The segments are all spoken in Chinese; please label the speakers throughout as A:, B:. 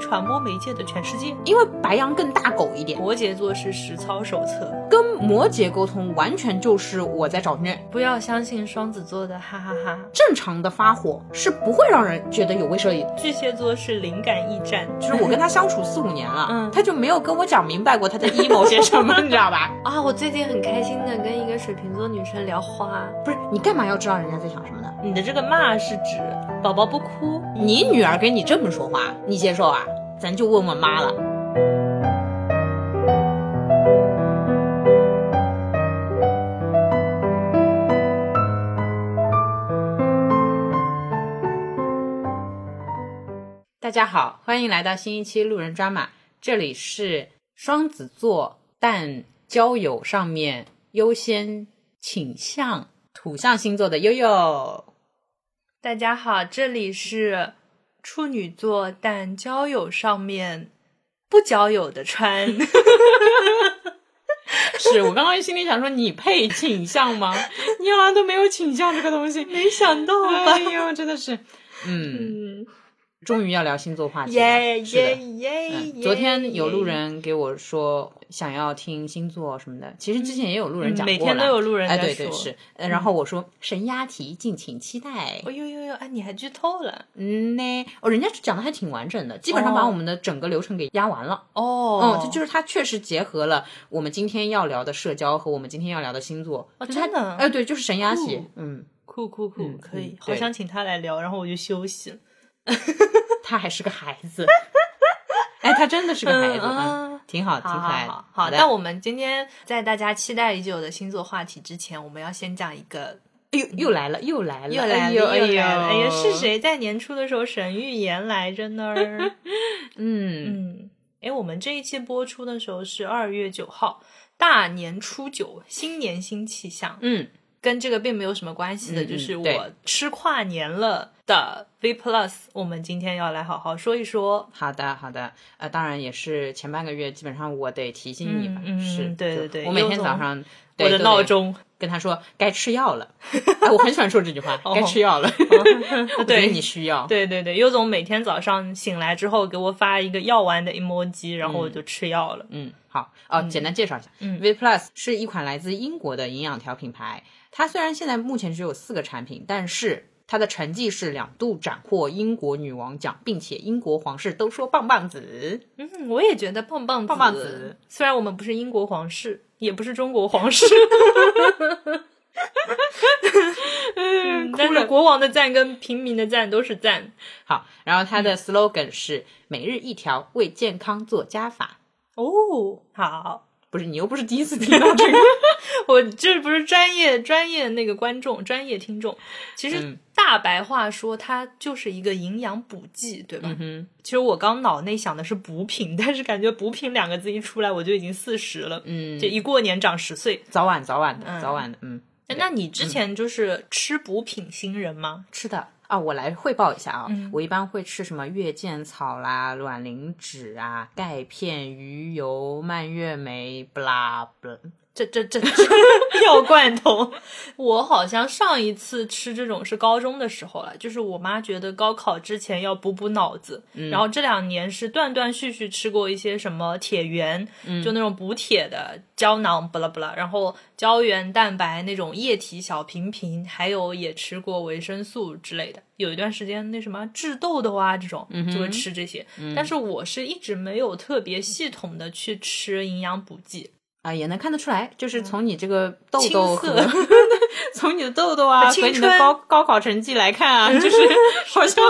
A: 传播媒介的全世界。
B: 因为白羊更大狗一点，
A: 摩羯座是实操手册，
B: 跟摩羯沟通完全就是我在找虐。
A: 不要相信双子座的哈哈哈
B: 正常的发火是不会让人觉得有威慑力的。
A: 巨蟹座是灵感驿站，
B: 就是我跟他相处四五年了，
A: 嗯
B: 他就没有跟我讲明白过他的 emo 些什 么，你知道吧？
A: 啊，我最近很开心的跟一个水瓶座女生聊花。
B: 不是你干嘛要知道人家在想什么呢？
A: 你的这个骂是指宝宝不哭，
B: 你女儿跟你这么说话，你接受啊？咱就问问妈了。大家好，欢迎来到新一期路人抓马，这里是双子座，但交友上面优先倾向土象星座的悠悠。
A: 大家好，这里是处女座，但交友上面不交友的 川。
B: 是我刚刚心里想说，你配倾向吗？你好像都没有倾向这个东西，没想到
A: 吧
B: 哎呦，真的是，嗯，
A: 嗯，
B: 终于要聊星座话题了
A: 耶
B: 是的
A: 耶耶
B: 嗯
A: 耶！
B: 昨天有
A: 嗯
B: 路人给我说想要听星座什么的，其实之前也有路人讲
A: 嗯
B: 过
A: 每
B: 了，
A: 天都有路人
B: 哎，
A: 在
B: 对对
A: 说
B: 是，呃然后我说神押题，敬请期待
A: 哎。呦呦呦！哎，你还剧透了
B: 嗯呢，哦，人家讲的还挺完整的，基本上
A: 哦
B: 把我们的整个流程给压完了。
A: 哦
B: 哦，这就是它确实结合了我们今天要聊的社交和我们今天要聊的星座。
A: 哦
B: 就是它
A: 真的
B: 哎，对，就是神压
A: 酷
B: 喜，嗯，
A: 酷酷酷，
B: 嗯
A: 可以
B: 嗯，
A: 好
B: 对
A: 想请他来聊，然后我就休息了。
B: 他还是个孩子， 哎，他真的是个孩子，嗯，
A: 啊
B: 挺好，挺
A: 好
B: 可爱
A: 好
B: 的。
A: 好好，
B: 的，
A: 那我们今天在大家期待已久的星座话题之前，我们要先讲一个
B: 又哎又来了，又来了，
A: 又来
B: 哎
A: 了
B: 呦
A: 又来了，
B: 哎
A: 哎
B: 呦
A: 呀，是？谁在年初的时候神预言来着呢？
B: 嗯，
A: 嗯，哎，我们这一期播出的时候是二月九号，大年初九，新年新气象，
B: 嗯，
A: 跟这个并没有什么关系的，
B: 嗯嗯
A: 就是
B: 对
A: 我吃跨年了的 V Plus，我们今天要来好好说一说。
B: 好的，好的，呃，当然也是前半个月，基本上我得提醒你吧，
A: 嗯嗯
B: 是，
A: 对对
B: 就
A: 对
B: 我每
A: 有
B: 天
A: 种
B: 早上
A: 我的闹，钟，
B: 对都得跟他说该吃 药了，哎，我很喜欢说这句话，
A: 哦
B: 该吃药了， 我觉得
A: 对
B: 你需要，
A: 对对对，优总每天早上醒来之后给我发一个药丸的 emoji，然后我
B: 嗯
A: 就吃药了。
B: 嗯，好，哦，简单介绍一下，
A: 嗯
B: ，V Plus 是一款来自英国的营养调品牌。它虽然现在目前只有四个产品，但是它的成绩是两度斩获英国女王奖，并且英国皇室都说棒棒子。
A: 嗯，我也觉得棒棒子
B: 棒棒子。
A: 虽然我们不是英国皇室，也不是中国皇 室，嗯， 但是国王的赞跟平民的赞都是赞。
B: 好，然后它的 slogan 是、每日一条，为健康做加法。
A: 哦，好，
B: 不是你又不是第一次听到 这个，
A: 我这不是专业专业那个观众、专业听众。其实
B: 嗯
A: 大白话说，它就是一个营养补剂，对吧？
B: 嗯
A: 其实我刚脑内想的是补品，但是感觉补品两个字一出来，我就已经四十了，
B: 嗯
A: 这，一过年长十岁。
B: 早晚早晚的、
A: 嗯
B: 早晚的，嗯，
A: 哎那你之前就是吃补品新人吗？
B: 吃的啊，我来汇报一下啊、
A: 嗯
B: 我一般会吃什么月见草啦、卵磷脂啊、钙片、鱼油、蔓越莓，不啦不啦。
A: 这这这药罐头，我好像上一次吃这种是高中的时候了，就是我妈觉得高考之前要补补脑子，然后这两年是断断续续吃过一些什么铁元，就那种补铁的胶囊，不啦不啦，然后胶原蛋白那种液体小瓶瓶，还有也吃过维生素之类的。有一段时间那什么治痘痘啊这种，就会吃这些，但是我是一直没有特别系统的去吃营养补剂。
B: 啊，也能看得出来，就是从你这个痘痘
A: 嗯青
B: 和 从你的痘痘啊
A: 和青
B: 和你的
A: 春
B: 高高考成绩来看啊， 就是好像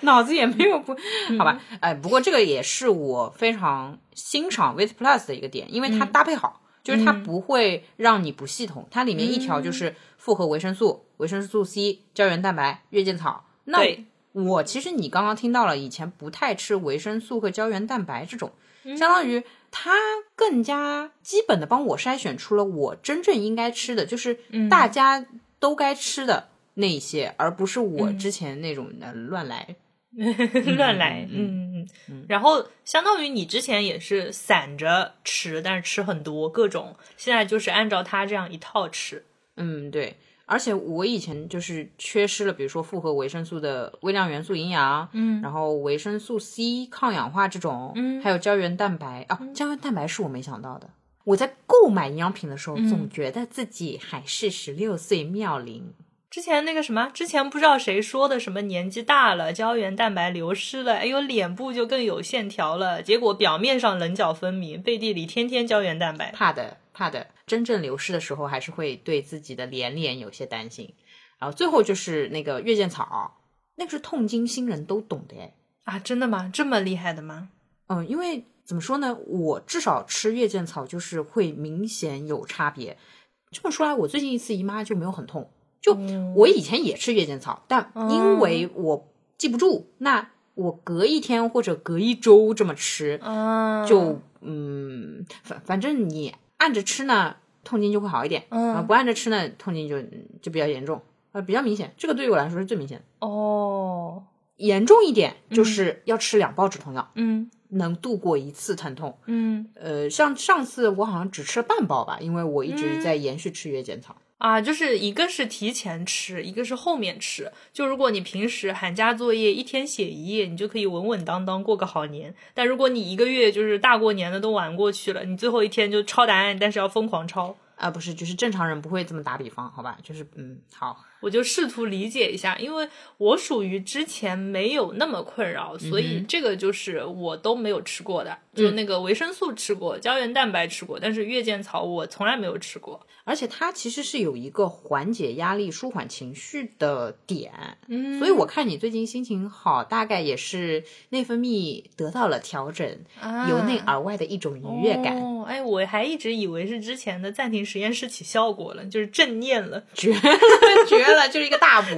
B: 脑子也没有不
A: 嗯
B: 好吧？哎，不过这个也是我非常欣赏 With Plus 的一个点，因为
A: 嗯
B: 它搭配好，就是它不会让你不系统，它里面一条
A: 嗯
B: 就是复合维生素、维生素 C、胶原蛋白、月见草。那
A: 对，
B: 我其实你刚刚听到了，以前不太吃维生素和胶原蛋白这种，相当于它更加基本的帮我筛选出了我真正应该吃的，就是大家都该吃的那一些，而不是我之前那种呃乱来。
A: 乱来，嗯嗯嗯。然后相当于你之前也是散着吃，但是吃很多各种，现在就是按照它这样一套吃。
B: 嗯，对。而且我以前就是缺失了，比如说复合维生素的微量元素营养，
A: 嗯
B: 然后维生素 C、抗氧化这种，
A: 嗯
B: 还有胶原蛋白啊，胶原蛋白是我没想到的。我在购买营养品的时
A: 嗯
B: 候，总觉得自己还是十六岁妙龄。
A: 之前那个什么，之前不知道谁说的，什么年纪大了，胶原蛋白流失了，哎呦，脸部就更有线条了。结果表面上棱角分明，背地里天天胶原蛋白。
B: 怕的，怕的。真正流失的时候，还是会对自己的脸脸有些担心。然后最后就是那个月见草，那个是痛经新人都懂的哎。
A: 啊，真的吗？这么厉害的吗？
B: 嗯，因为怎么说呢，我至少吃月见草就是会明显有差别。这么说来，我最近一次姨妈就没有很痛。就我以前也吃月见草，但因为我记不住，那我隔一天或者隔一周这么吃，
A: 啊，
B: 就嗯，反反正你按着吃呢，痛经就会好一点；
A: 嗯
B: 啊，不按着吃呢，痛经就就比较严重，呃，比较明显。这个对于我来说是最明显的。
A: 哦，
B: 严重一点就是要吃两包止痛药，
A: 嗯
B: 能度过一次疼痛。
A: 嗯
B: 呃，像上次我好像只吃了半包吧，因为我一
A: 嗯
B: 直在延续吃月见草。
A: 啊，就是一个是提前吃，一个是后面吃。就如果你平时寒假作业一天写一页，你就可以稳稳当当过个好年。但如果你一个月就是大过年的都玩过去了，你最后一天就抄答案，但是要疯狂抄。
B: 啊，不是，就是正常人不会这么打比方，好吧？就是嗯，好，
A: 我就试图理解一下，因为我属于之前没有那么困扰，所以这个就是我都没有吃过的，就那个维生素吃过，胶原蛋白吃过，但是月见草我从来没有吃过。
B: 而且它其实是有一个缓解压力、舒缓情绪的点，
A: 嗯
B: 所以我看你最近心情好，大概也是内分泌得到了调整，
A: 啊
B: 由内而外的一种愉悦感，
A: 哦，哎，我还一直以为是之前的暂停实验室起效果了，就是正念了，
B: 绝绝了，就是一个 大补，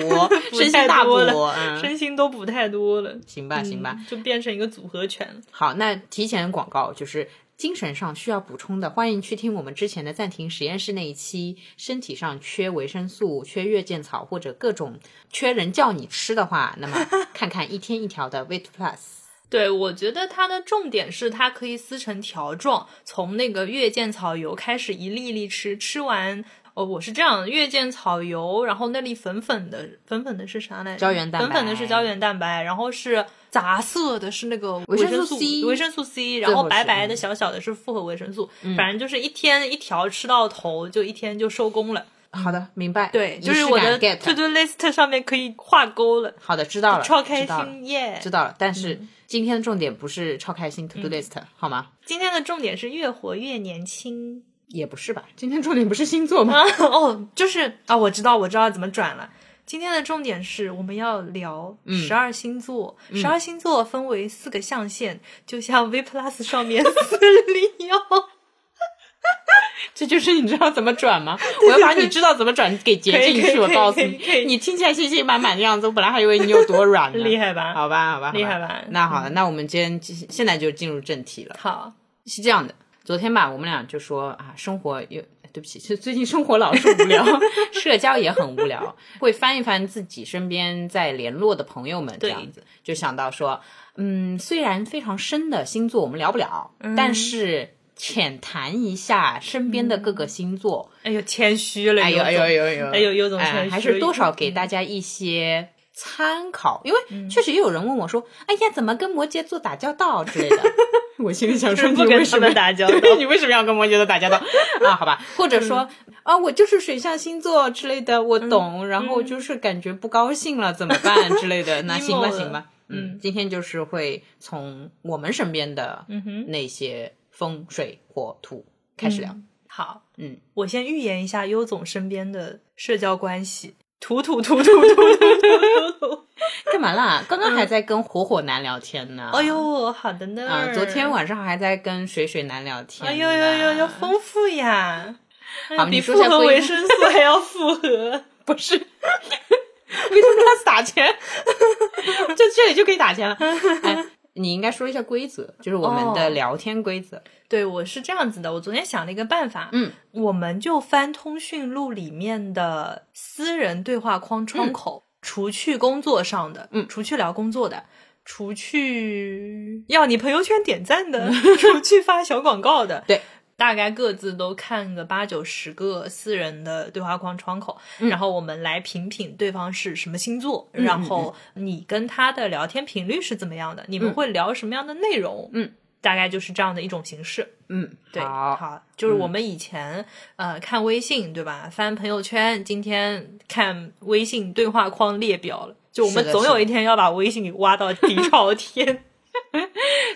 B: 身心大补
A: 不太多，
B: 嗯，
A: 身心都补太多了，
B: 行吧，行吧，
A: 就变成一个组合拳了。
B: 好，那提前广告就是。精神上需要补充的，欢迎去听我们之前的暂停实验室那一期。身体上缺维生素、缺月见草或者各种缺人叫你吃的话，那 么看看一天一条的 Weight Plus。
A: 对，我觉得它的重点是它可以撕成条状，从那个月见草油开始一粒一粒吃，吃完。哦，我是这样，月见草油，然后那粒粉粉的，粉粉的是啥来着？
B: 胶原蛋白
A: 粉粉的是胶原蛋白，然后是杂色的，是那个维
B: 生素
A: 生素
B: C
A: 维生素 C，然后白白的小小的是复合维生素，反正就是一天一条吃到头，就一天就收工了。
B: 好的，明白。
A: 嗯对，
B: 仪
A: 就是
B: 式
A: 我
B: 感
A: 的
B: get。
A: to do list 上面可以画勾了，
B: 好的，知道了，
A: 超开
B: 知道了
A: 心嗯耶！
B: 知道了。但是今天的重点不是超开心 to
A: 嗯
B: do list、好吗？
A: 今天的重点是越活越年轻。
B: 也不是吧，今天重点不是星座吗？
A: 啊， 哦，就是啊，我知道，我知道怎么转了。今天的重点是我们要聊
B: 嗯
A: 十二星座，十二、星座分为四个象限，就像 V Plus 上面四零幺，
B: 这就是你知道怎么 转吗？我要把你知道怎么转给截
A: 可以
B: 进
A: 可以
B: 去，我
A: 可以
B: 告诉
A: 可以可
B: 你，
A: 以
B: 你听起来信心满满的样子，我本来还以为你有多软呢。
A: 厉害吧？
B: 好吧，好吧，好吧，
A: 厉害吧
B: 那好了，那我们今天进现在就进入正题了。
A: 好，
B: 是这样的，昨天吧，我们俩就说啊，生活有。对不起，就最近生活老是无聊，社交也很无聊，会翻一翻自己身边在联络的朋友们，这
A: 对
B: 样子就想到说，嗯，虽然非常深的星座我们聊不了，但是浅谈一下身边的各个星座，
A: 哎呦，谦虚了，
B: 哎呦
A: 有
B: 哎呦
A: 种
B: 哎呦哎呦，
A: 哎呦有种谦
B: 哎
A: 虚
B: 还是多少给大家一嗯些参考，因为确实也有人问我说，哎呀，怎么跟摩羯座打交道之类的。 我心里想
A: 就是
B: 说，
A: 不
B: 你
A: 跟
B: 为
A: 他
B: 什么
A: 们打交道。
B: 对，你为什么要跟摩羯座打交道啊？好吧，或者说、啊，我就是水象星座之类的，我懂，然后就是感觉不高兴了，怎么办之类 的？那
A: emo
B: 行吧，
A: 了
B: 行吧，嗯，今天就是会从我们身边的
A: 嗯
B: 那些风水火土开始聊。
A: 好，
B: 嗯，
A: 我先预言一下优总身边的社交关系，土土土土土土土土 土。
B: 干嘛啦？刚刚还在跟火火男聊天呢。
A: 哎。呦，好的呢。
B: 啊、昨天晚上还在跟水水男聊天。
A: 哎呦呦呦，要！丰富呀！
B: 好
A: 哎
B: 你
A: 比
B: 说
A: 复
B: 一下
A: 合
B: 规
A: 维生素还要复合。
B: 不是，为什么他打钱？ 这这里就可以打钱了。哎，你应该说一下规则，就是我们的
A: 哦
B: 聊天规则。
A: 对，我是这样子的，我昨天想了一个办法，
B: 嗯，
A: 我们就翻通讯录里面的私人对话框窗口，除去工作上的，
B: 嗯
A: 除去聊工作的。 除去要你朋友圈点赞的，除去发小广告的，
B: 对，
A: 大概各自都看个八九十个私人的对话框窗口，
B: 嗯
A: 然后我们来评评对方是什么星座，然后你跟他的聊天频率是怎么样的，你们会聊什么样的内容，
B: 嗯，
A: 大概就是这样的一种形式。
B: 嗯，
A: 对，
B: 好，嗯
A: 就是我们以前、呃看微信对吧，翻朋友圈，今天看微信对话框列表了，就我们
B: 是的
A: 总
B: 是
A: 有
B: 的
A: 一天要把微信给挖到底朝天。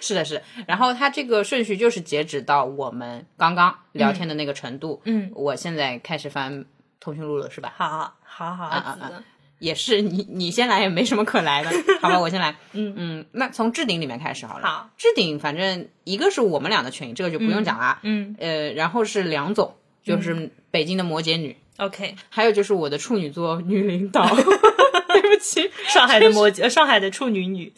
B: 是的，是的。然后它这个顺序就是截止到我们刚刚聊天的那个程度。
A: 嗯，
B: 我现在开始翻通讯录了，是吧？
A: 好好好，
B: 啊
A: 子
B: 啊也是你你先来也没什么可 来的，好吧，我先来。
A: 嗯
B: 嗯，那从置顶里面开始好了。
A: 好，
B: 置顶反正一个是我们俩的群，这个就不用讲啦。
A: 嗯
B: 呃，然后是梁总，就是北京的摩羯女，
A: ，OK，
B: 嗯还有就是我的处女座女领导。对不起，
A: 上海的摩羯，呃上海的处女女，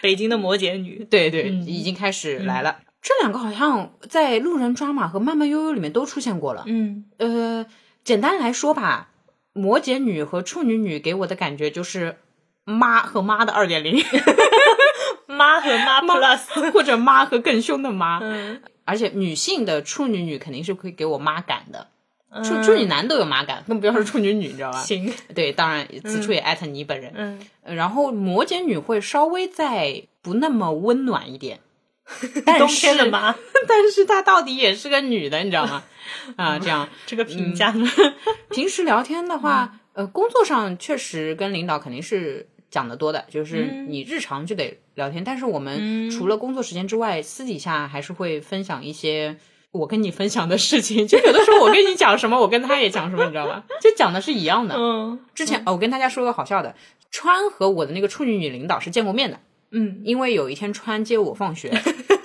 A: 北京的摩羯女，
B: 对 对，已经开始来了。这两个好像在《路人抓马》和《慢慢悠悠》里面都出现过了。
A: 嗯
B: 呃，简单来说吧，摩羯女和处女女给我的感觉就是妈和妈的二点零，
A: 妈和妈 plus，
B: 或者妈和更凶的妈。
A: 嗯，
B: 而且女性的处女女肯定是会给我妈感的，
A: 嗯
B: 处处女男都有妈感，更不要说处女女，你知道吧？
A: 行，
B: 对，当然此处也艾特你本人。
A: 嗯，
B: 呃然后摩羯女会稍微再不那么温暖一点，但是
A: 冬天的妈，
B: 但是她到底也是个女的，你知道吗？啊，这样
A: 这个评价，
B: 平时聊天的话，呃，工作上确实跟领导肯定是讲得多的，就是你日常就得聊天。但是我们除了工作时间之外，私底下还是会分享一些我跟你分享的事情。就有的时候我跟你讲什么，我跟他也讲什么，你知道吧？就讲的是一样的。
A: 嗯
B: 之前、哦我跟大家说个好笑的，川和我的那个处女女领导是见过面的，
A: 嗯，
B: 因为有一天川接我 放学，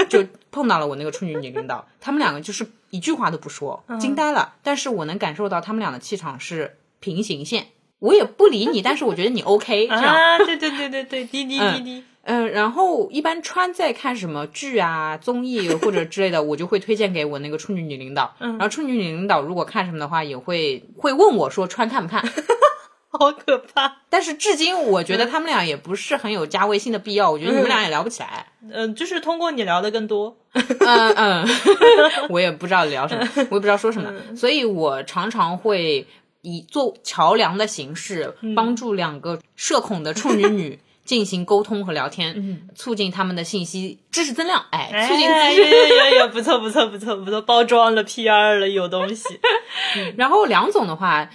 B: 就碰到了我那个处女女领导，他们两个就是一句话都不说，
A: 嗯
B: 惊呆了。但是我能感受到他们俩的气场是平行线，我也不理你，但是我觉得你 OK 这样。
A: 啊，对对对对对，滴滴滴滴，
B: 嗯、然后一般川在看什么剧啊、综艺或者之类的，我就会推荐给我那个处女女领导。
A: 嗯
B: 然后处女女领导如果看什么的话，也会会问我说川看不看。
A: 好可怕，
B: 但是至今我觉得他们俩也不是很有加微信的必要，我觉得你们俩也聊不起来。
A: 嗯，就是通过你聊的更多，
B: 嗯嗯， 我也不知道聊什么，我也不知道说什么，所以我常常会以做桥梁的形式，帮助两个社恐的处女 女进行沟通和聊天，促进他们的信息知识增量，嗯哎，促进
A: 哎
B: 自
A: 有
B: 己。
A: 有有有，不错不错不错不错，包装了 PR 了，有东西，
B: 然后梁总的话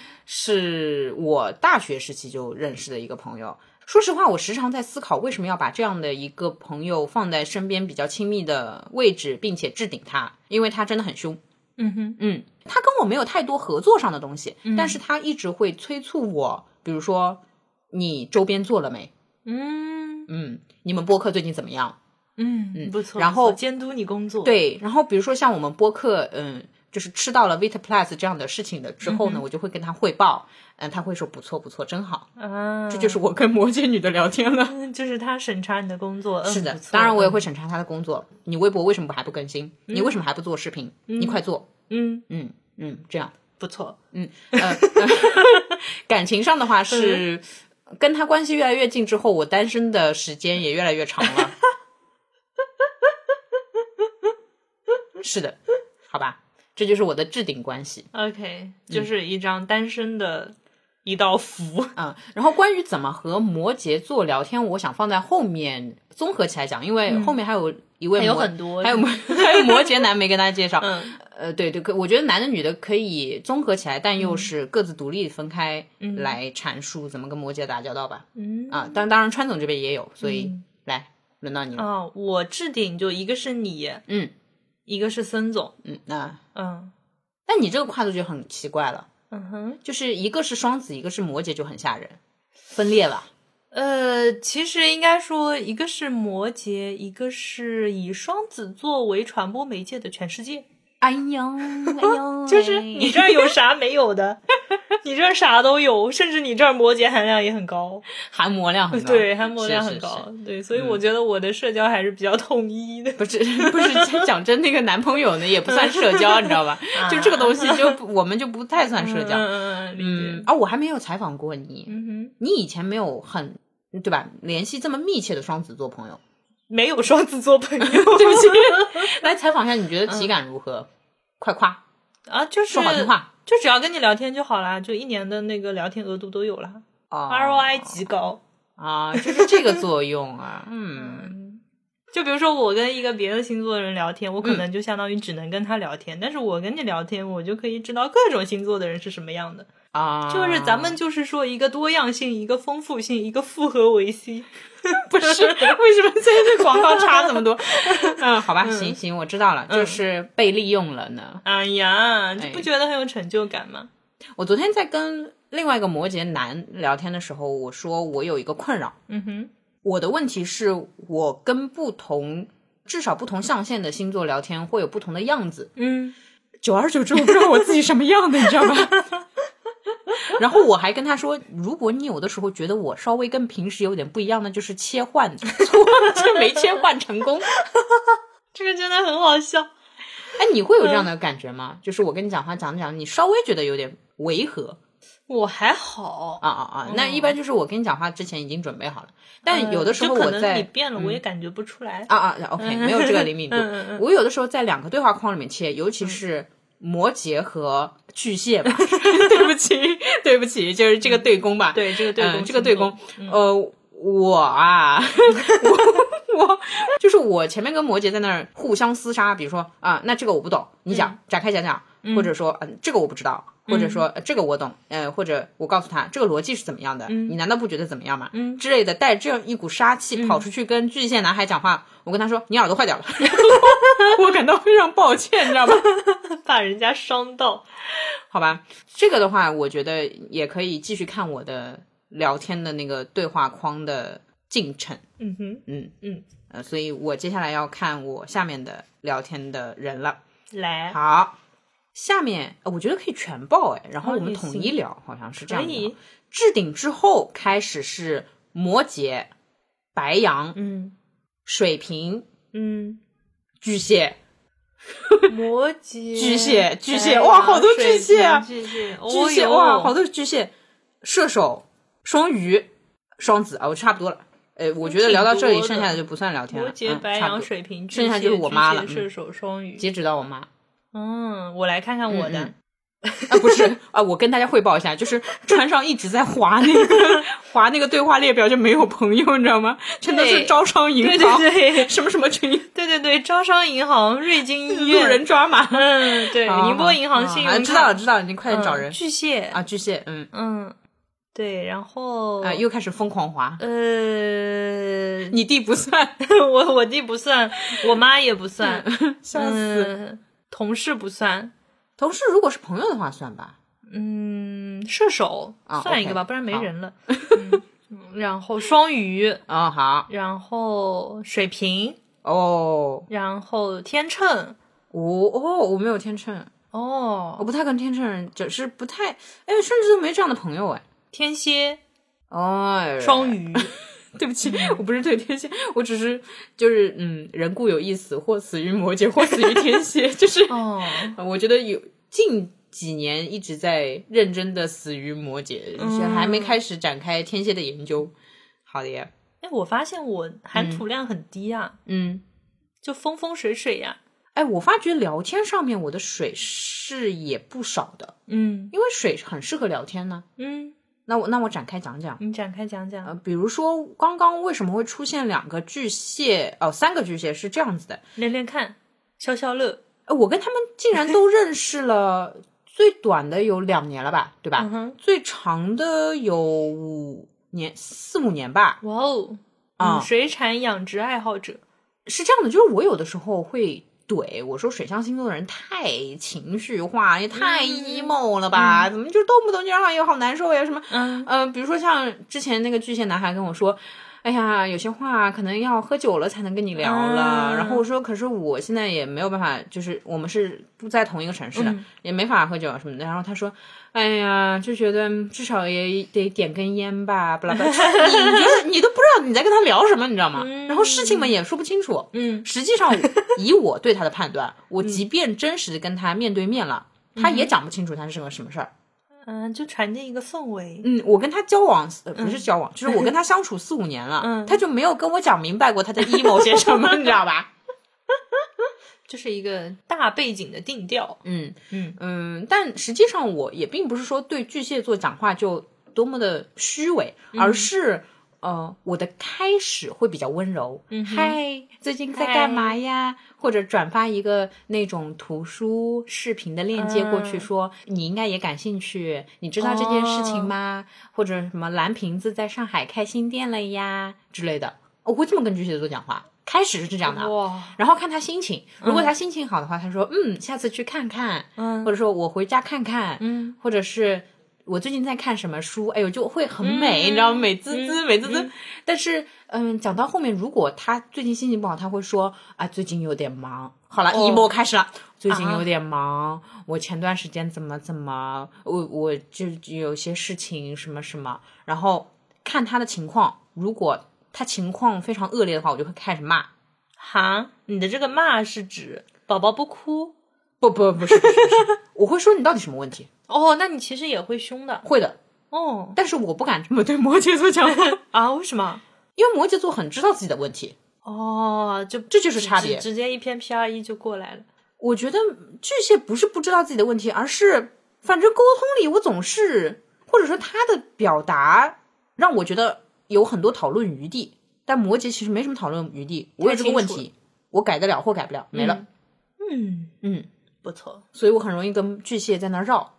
B: 是我大学时期就认识的一个朋友。说实话，我时常在思考为什么要把这样的一个朋友放在身边比较亲密的位置，并且置顶他，因为他真的很凶。
A: 嗯哼，嗯
B: 嗯，他跟我没有太多合作上的东西，但是他一直会催促我，比如说你周边做了没？
A: 嗯
B: 嗯，你们播客最近怎么样？
A: 嗯，不错，
B: 然后
A: 不错监督你工作，，
B: 对，然后比如说像我们播客，嗯，就是吃到了 Vita Plus 这样的事情的之
A: 嗯
B: 后呢，我就会跟他汇报，嗯，他会说不错不错，真好，
A: 啊，这
B: 这就是我跟摩羯女的聊天了。
A: 就是他审查你的工作，嗯
B: 是的
A: 不，错
B: 当然我也
A: 嗯
B: 会审查他的工作。你微博为什么还不更新？你为什么还不做视频？你快做，
A: 嗯，
B: 嗯嗯，这样。
A: 不错，
B: 呃，感情上的话是
A: 嗯
B: 跟他关系越来越近之后，我单身的时间也越来越长 了。是的，好吧，这就是我的置顶关系。
A: OK，就是一张单身的一道符。
B: 嗯，然后关于怎么和摩羯座聊天，我想放在后面综合起来讲，因为后面还有一位
A: 嗯还有
B: 摩
A: 很多
B: 还有摩 还有摩羯男没跟大家介绍。
A: 嗯
B: 呃，对对，可我觉得男的女的可以综合起来，但
A: 嗯
B: 又是各自独立分开来阐述怎么跟摩羯打交道吧。
A: 嗯
B: 啊，当当然川总这边也有，所以、来轮到你了。
A: 啊，我置顶就一个是你，
B: 嗯，
A: 一个是孙总。
B: 嗯，那
A: 嗯
B: 但你这个跨度就很奇怪了，
A: 嗯哼，
B: 就是一个是双子，一个是摩羯，就很吓人，分裂了。
A: 呃，其实应该说，一个是摩羯，一个是以双子座为传播媒介的全世界。
B: 哎呀，哎 呀，
A: 就是你这儿有啥没有的， 你这儿啥都有，甚至你这儿摩羯含量也很高，
B: 含膜量很高，
A: 对，含膜量
B: 是
A: 很高，
B: 是是嗯
A: 对，所以我觉得我的社交还是比较统一的。
B: 不是不是，讲真，那个男朋友呢也不算社交，你 知道吧？就这个东西就不我们就不太算 社
A: 啊嗯
B: 交。
A: 嗯嗯，理解。
B: 嗯，啊，我还没有采访过你，
A: 嗯哼。
B: 你以前没有很对吧？联系这么密切的双子座朋 友，
A: 没有双子座朋友，对
B: 对不起，来采访一下，你觉得体感如何？快夸，
A: 啊，嗯就是
B: 说好听话
A: 就只要跟你聊天就好啦，就一年的那个聊天额度都有啦、
B: 哦
A: r o i 极高。
B: 啊，就是这个作 用啊，嗯，
A: 就比如说我跟一个别的星座的人聊天，我
B: 嗯
A: 可能就相当于只能跟他聊天，但是我跟你聊天，我就可以知道各种星座的人是什么样的。
B: 啊，
A: 就是咱们就是说一个多样性，一个丰富性，一个复合维 C。
B: 不 是为什么这这广告插这么 多？嗯，好吧，行行，我知道
A: 嗯
B: 了，就是被利用了呢。
A: 哎呀，就不觉得很有成就感吗？
B: 我昨天在跟另外一个摩羯男聊天的时候，我说我有一个困扰，
A: 嗯哼，
B: 我的问题是我跟不同。至少不同象限的星座聊天会有不同的样子，
A: 嗯，
B: 久而久之，我不知道我自己什么样的，你知道吗？ 然后我还跟他说，如果你有的时候觉得我稍微跟平时有点不一样，那就是切换 错，就没切换成功。
A: 这个真的很好笑。
B: 哎，你会有这样的感觉吗？就是我跟你讲话讲着讲着，你稍微觉得有点违和
A: 我还好，
B: 啊啊
A: 嗯
B: 啊！那一般就是我跟你讲话之前已经准备好了，但有的时候
A: 呃就
B: 我
A: 可能你
B: 在。
A: 变了，我也感觉不出来。
B: 啊啊，OK，没有这个灵敏 度
A: 嗯嗯嗯。嗯
B: 我有的时候在两个对话框里面切，尤其是摩羯和巨蟹 吧。对不起，对不起，就是这个对攻吧。
A: 对，这个对
B: 嗯
A: 攻，
B: 这个对攻，，呃，我啊， 我我就是我前面跟摩羯在那儿互相厮杀，比如说啊，那这个我不懂，你讲、展开讲讲，或者说嗯、这个我不知道，或者说、呃这个我懂，呃，或者我告诉他这个逻辑是怎么样的，你难道不觉得怎么样吗？嗯之类的，带这样一股杀气跑出去跟巨蟹男孩讲话，我跟他说你耳朵坏 掉了，我感到非常抱歉，你知道吗？
A: 把人家伤到。
B: 好吧，这个的话，我觉得也可以继续看我的聊天的那个对话框的进程。
A: 嗯哼，
B: 嗯
A: 嗯，
B: 呃，所以我接下来要看我下面的聊天的人了。
A: 来，
B: 好，下面呃我觉得可以全报哎，然后
A: 哦
B: 我们
A: 也
B: 统
A: 行
B: 一聊，好像是这
A: 可
B: 样的
A: 以
B: 哈。，置顶之后开始是摩羯、白羊、
A: 嗯
B: 水瓶、
A: 嗯，
B: 巨蟹。
A: 摩羯、
B: 巨蟹巨蟹
A: 白羊
B: 哇好多巨蟹啊
A: 水瓶巨蟹，
B: 巨蟹、
A: 哦哟
B: 哇，好多是巨蟹，射手、双鱼、双子啊，我差不多了。呃，我觉得聊到这里，
A: 挺多的
B: 剩下的就不算聊天了。
A: 摩羯、
B: 嗯
A: 白
B: 差不
A: 羊、
B: 多
A: 水瓶，巨
B: 剩下
A: 蟹
B: 就是我妈
A: 巨
B: 了
A: 蟹
B: 嗯
A: 射手、双鱼。
B: 截止到我妈啊，
A: 嗯，我来看看我的
B: 嗯。不是 啊，我跟大家汇报一下，就是船上一直在划那个划那个对话列表，就没有朋友，你知道吗？全都是
A: 对
B: 招商银行，
A: 对对对
B: 什么什么群，
A: 对对对，招商银行、瑞金医
B: 路
A: 院，
B: 人抓马。
A: 嗯，对，
B: 好
A: 宁波银行
B: 好
A: 信
B: 啊
A: 用
B: 知道了
A: 卡，
B: 知道了，你快点找
A: 嗯
B: 人
A: 巨蟹，
B: 啊！巨蟹，嗯
A: 嗯，对，然后
B: 啊，又开始疯狂划，
A: 呃，
B: 你弟不算，
A: 我我弟不算，我妈也不算，
B: 笑死。
A: 嗯，同事不算，
B: 同事如果是朋友的话，算吧。
A: 嗯，射手
B: 啊
A: 算一个
B: OK，
A: 吧，不然没
B: 好
A: 人 了。嗯然后双鱼，
B: 哦，好
A: 然后水瓶，
B: 哦，
A: 然后天秤。
B: 我哦，我没有天秤，我
A: 哦，
B: 不太跟天秤人，只是不太，哎，甚至都没这样的朋友哎。
A: 天蝎、
B: 哦，
A: 双，鱼，
B: 对不起，我不是对天蝎，我只是就是嗯，人固有一死，或死于摩羯，或死于天蝎， 就是、
A: 哦，
B: 呃我觉得有近几年一直在认真的死于摩羯，就是还没开始展开天蝎的研究。好的呀，
A: 哎，我发现我含土量很低啊，
B: 嗯，
A: 就风风水水呀、
B: 哎，我发觉聊天上面我的水是也不少的，
A: 嗯
B: 因为水很适合聊天呢。
A: 嗯，
B: 那我那我展开讲讲，
A: 你展开讲讲。
B: 呃，比如说刚刚为什么会出现两个巨蟹，哦，三个巨蟹是这样子的，
A: 练练看，消消乐。
B: 呃我跟他们竟然都认识了，最短的有两年了吧，对吧？
A: 嗯哼，
B: 最长的有五年，四五年吧，
A: 哇哦，
B: 啊
A: 嗯水产养殖爱好者。
B: 是这样的，就是我有的时候会怼我说水象星座的人太情绪化，也太
A: 嗯
B: emo 了吧？怎么就动不动就让哎呦好难受呀什么？
A: 嗯
B: 呃，比如说像之前那个巨蟹男孩跟我说。哎呀，有些话可能要喝酒了才能跟你聊了。
A: 啊
B: 然后我说，可是我现在也没有办法，就是我们是不在同一个城市的，
A: 嗯
B: 也没法喝酒啊什么的。然后他说，哎呀，就觉得嗯至少也得点根烟吧，巴拉 巴拉。就是你觉得你都不知道你在跟他聊什么，你知道吗？然后事情嘛也说不清楚。
A: 嗯
B: 实际上，以我对他的判断，我即便真实的跟他面对面了，他也讲不清楚他是个什么事儿。
A: 嗯，就传递一个氛围。
B: 嗯，我跟他交往、呃、不是交往，就是我跟他相处四五年了，
A: 嗯
B: 他就没有跟我讲明白过他在 emo 些什么，你知道吧？
A: 就是一个大大背景的定调。
B: 嗯嗯嗯，但实际上我也并不是说对巨蟹座讲话就多么的虚伪，而是呃，我的开始会比较温柔，嗨，最近在干嘛呀？或者转发一个那种图书视频的链接过去，
A: 嗯
B: 说你应该也感兴趣，你知道这件事情吗？或者什么蓝瓶子在上海开新店了呀之类的，我会这么跟巨蟹座讲话。开始是这
A: 啊
B: 样的，
A: 哇，
B: 然后看他心情。如果他心情好的话，他说嗯，下次去看看，
A: 嗯
B: 或者说我回家看看，
A: 嗯，
B: 或者是我最近在看什么书，哎呦，就会很
A: 嗯
B: 美，你知道吗？美滋滋，
A: 嗯
B: 美滋滋。但是，嗯，讲到后面，如果他最近心情不好，他会说啊，最近有点忙。好了，
A: 哦
B: 一波开始了。最近有点忙，我前段时间怎么怎么，我我就有些事情什么什么，然后看他的情况，如果他情况非常恶劣的话，我就会开始骂，
A: 哈，你的这个骂是指宝宝不哭
B: 不不不是不是不是， 我会说你到底什么问题？
A: 哦？那你其实也会凶的
B: 会的，
A: 哦
B: 但是我不敢这么对摩羯座讲话，
A: 啊？为什么？
B: 因为摩羯座很知道自己的问题。
A: 哦，就
B: 这就是差别
A: 直直接一篇 P R 一就过来了。
B: 我觉得巨蟹不是不知道自己的问题，而是反正沟通里我总是，或者说他的表达让我觉得有很多讨论余地，但摩羯其实没什么讨论余地。我有这个问
A: 太清
B: 题，我改得了或改不了，没了。
A: 嗯
B: 嗯，
A: 不错。
B: 所以我很容易跟巨蟹在那儿绕，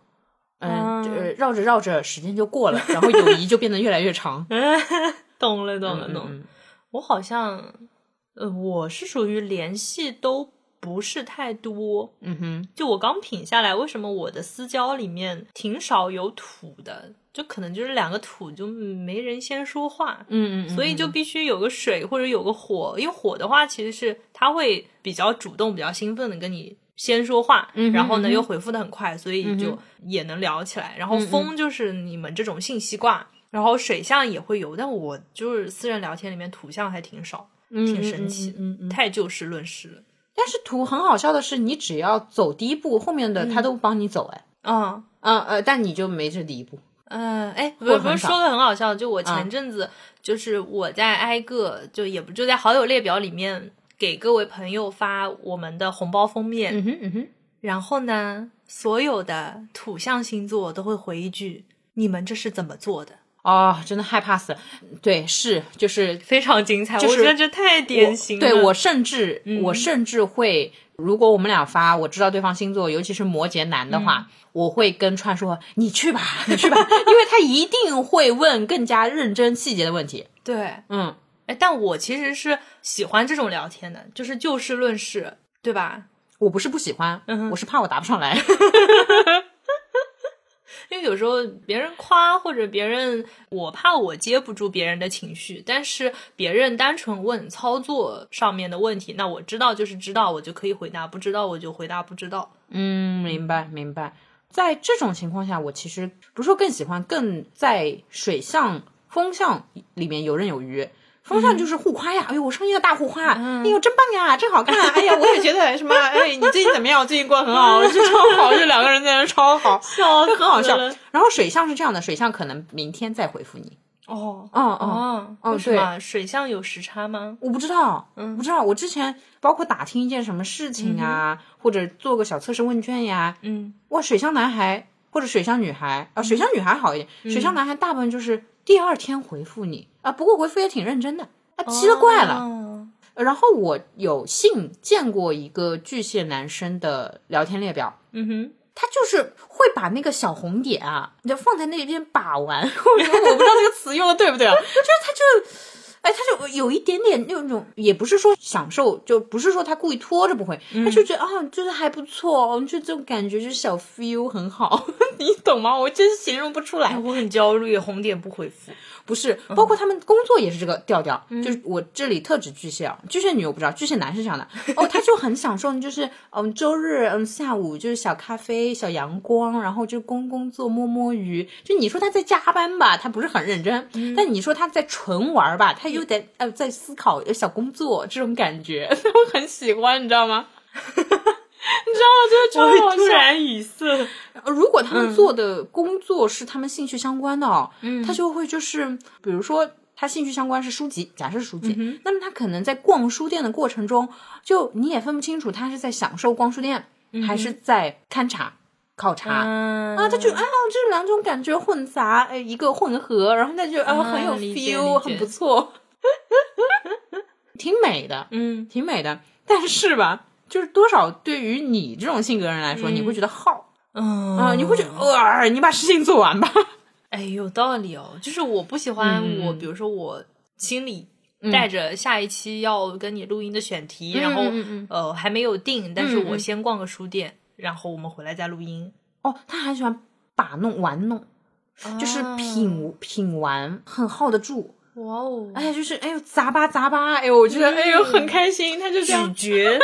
B: 嗯，
A: 嗯
B: 呃绕着绕着时间就 过了，然后友谊就变得越来越长。
A: 懂了，懂了，懂了。
B: 嗯
A: 我好像，呃，我是属于联系都不是太多。
B: 嗯哼，
A: 就我刚品下来，为什么我的私交里面挺少有土的？就可能就是两个土就没人先说话，
B: 嗯嗯嗯，
A: 所以就必须有个水或者有个火。因为火的话，其实是他会比较主动、比较兴奋的跟你先说话，
B: 嗯哼
A: 然后呢
B: 嗯哼嗯
A: 又回复的很快，所以就也能聊起来。然后风就是你们这种信息挂，然后水象也会有，但我就是私人聊天里面土象还挺少。挺神奇的
B: 嗯嗯嗯嗯
A: 太就事论事了。
B: 但是图很好笑的是，你只要走第一步，后面的他都不帮你走，哎，
A: 嗯
B: 嗯呃，但你就没这第一步。
A: 嗯，哎，不
B: 会
A: 不是
B: 很少
A: 说的很好笑，就我前
B: 嗯
A: 阵子、就是我在挨个就也不就在好友列表里面给各位朋友发我们的红包封面，
B: 哼嗯哼，
A: 然后呢，所有的土象星座都会回一句：“你们这是怎么做的
B: 哦，真的害怕死了。对，是就是？”
A: 非常精彩，
B: 就是
A: 我觉得这太典型了。
B: 对我甚至、我甚至会，如果我们俩发，我知道对方星座，尤其是摩羯男的话，我会跟川说：“你去吧，你去吧，因为他一定会问更加认真细节的问题。
A: 对，”
B: 嗯，
A: 哎，但我其实是喜欢这种聊天的，就是就事论事，对吧？
B: 我不是不喜欢，
A: 哼
B: 我是怕我答不上来。
A: 因为有时候别人夸或者别人，我怕我接不住别人的情绪，但是别人单纯问操作上面的问题，那我知道就是知道，我就可以回答；不知道我就回答不知道。
B: 嗯，明白明白。在这种情况下，我其实不是说更喜欢，更在水象、风象里面游刃有余。
A: 嗯
B: 风象就是互夸呀，哎呦，我上一个大互夸，哎呦，真棒呀，真好看，哎呀，我也觉得什么，哎，你最近怎么样？我最近过得很好，我就超好，这两个人在那超好，
A: 笑哦
B: 就很好 笑
A: 死了。
B: 然后水象是这样的，水象可能明天再回复你。
A: 哦
B: 嗯嗯，
A: 哦
B: 哦
A: 为什么水象有时差吗？
B: 我不知道，
A: 嗯
B: 不知道。我之前包括打听一件什么事情啊，或者做个小测试问卷呀，
A: 嗯，
B: 哇，水象男孩或者水象女孩啊，水象女孩好一点，水象男孩大部分就是第二天回复你啊，不过回复也挺认真的啊，奇了怪了。
A: 哦
B: 然后我有幸见过一个巨蟹男生的聊天列表。
A: 嗯哼，
B: 他就是会把那个小红点啊，你就放在那边把玩。 我不知道这个词用的对不对啊？就是他就，哎，他就有一点点那种，也不是说享受，就不是说他故意拖着不会，
A: 嗯
B: 他就觉得啊、就是还不错，哦就这种感觉，就是小 feel 很好， 你懂吗？我真形容不出来
A: 哎，。我很焦虑，红点不回复。
B: 不是，包括他们工作也是这个调调，就是我这里特指巨蟹啊，巨蟹女我不知道，巨蟹男是这样的哦，他就很享受，就是嗯周日嗯下午就是小咖啡、小阳光，然后就工工作、摸摸鱼。就你说他在加班吧，他不是很认真，但你说他在纯玩吧，他又得呃在思考有小工作这种感觉， 我很喜欢，你知道吗？你知道吗？ 就是超好笑。
A: 语 塞。
B: 呃如果他们做
A: 嗯
B: 的工作是他们兴趣相关的哦，他就会就是，比如说他兴趣相关是书籍，假设是书籍，
A: 嗯
B: 那么他可能在逛书店的过程中，就你也分不清楚他是在享受逛书店，还是在勘察、考察。
A: 嗯
B: 啊，他就啊，这两种感觉混杂，哎，一个混合，然后那就啊，
A: 啊
B: 很有
A: 理解
B: feel，
A: 理解
B: 很不错， 挺美的，
A: 嗯
B: 挺美的。但是吧，就是多少对于你这种性格人来说，你会觉得耗
A: 嗯
B: 啊、你会觉得呃，你把事情做完吧。
A: 哎，有道理哦。就是我不喜欢我，比如说我心里带着下一期要跟你录音的选题，然后、
B: 嗯
A: 呃还没有定，但是
B: 嗯
A: 我先逛个书店，然后我们回来再录音，
B: 哦，他很喜欢把弄玩弄，就是
A: 啊
B: 品、品玩，很耗得住。
A: 哇哦，
B: 哎呀，就是哎呦砸吧砸吧，哎呦，我觉得、哎呦很开心，他就这样
A: 咀嚼，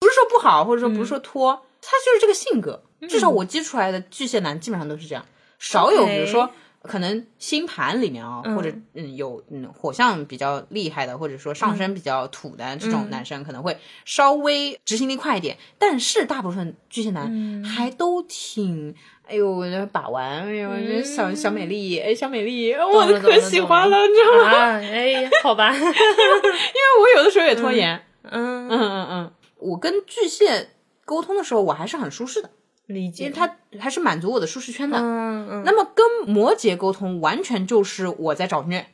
B: 不是说不好，或者说
A: 嗯
B: 不是说拖，他就是这个性格。至少我接出来的巨蟹男基本上都是这样，少有
A: OK
B: 比如说可能星盘里面啊、或者嗯有嗯火象比较厉害的，或者说
A: 嗯
B: 上升比较土的、这种男生，可能会稍微执行力快一点。但是大部分巨蟹
A: 嗯
B: 男还都挺。哎呦，把玩，哎呦，这小小美丽，哎，小美丽，我
A: 嗯了懂
B: 可
A: 了
B: 喜
A: 懂
B: 欢
A: 了
B: 了，你知道吗？
A: 啊，哎，好吧，
B: 因为我有的时候也拖延，
A: 嗯，
B: 嗯嗯嗯，我跟巨蟹沟通的时候，我还是很舒适的，
A: 理
B: 因为
A: 解，
B: 他还是满足我的舒适圈的。
A: 嗯嗯，
B: 那么跟摩羯沟通，完全就是我在找虐。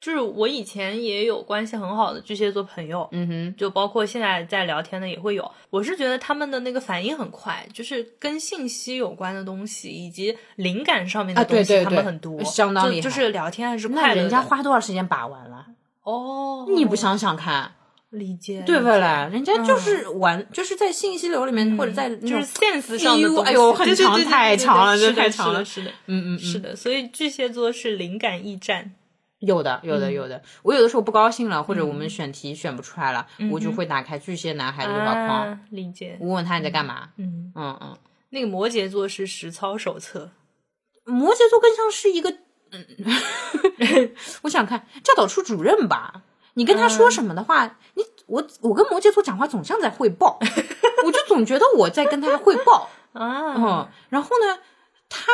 A: 就是我以前也有关系很好的巨蟹座朋友，
B: 嗯哼，
A: 就包括现在在聊天的也会有。我是觉得他们的那个反应很快，就是跟信息有关的东西以及灵感上面的
B: 啊对
A: 东西，
B: 对
A: 他
B: 对
A: 们很多，
B: 相当
A: 就
B: 厉害
A: 就是聊天还是
B: 那
A: 快乐的。
B: 人家花多少时间把玩了？
A: 哦，
B: 你不想想看，
A: 理解
B: 对不啦？人家就是玩，就是在信息流里面，或者在
A: 嗯就是
B: 那种
A: sense 上的东西，
B: 哎呦很
A: 对对
B: 长
A: 对对
B: 太
A: 对对
B: 长了
A: 是
B: 这太
A: 的
B: 长了
A: 是的，
B: 嗯嗯嗯，
A: 是的，是的。所以巨蟹座是灵感驿站，
B: 有的有
A: 嗯
B: 的有的。我有的时候不高兴了，或者我们选题选不出来了，我就会打开巨蟹男孩的对话框，
A: 嗯啊，理解。
B: 我问他你在干嘛？
A: 嗯，
B: 嗯嗯。
A: 那个摩羯座是实操手册，
B: 摩羯座更像是一个，嗯， 我想看教导处主任吧。你跟他说什么的话，你我我跟摩羯座讲话总像在汇报，我就总觉得我在跟他汇报。
A: 啊，
B: 嗯，然后呢，他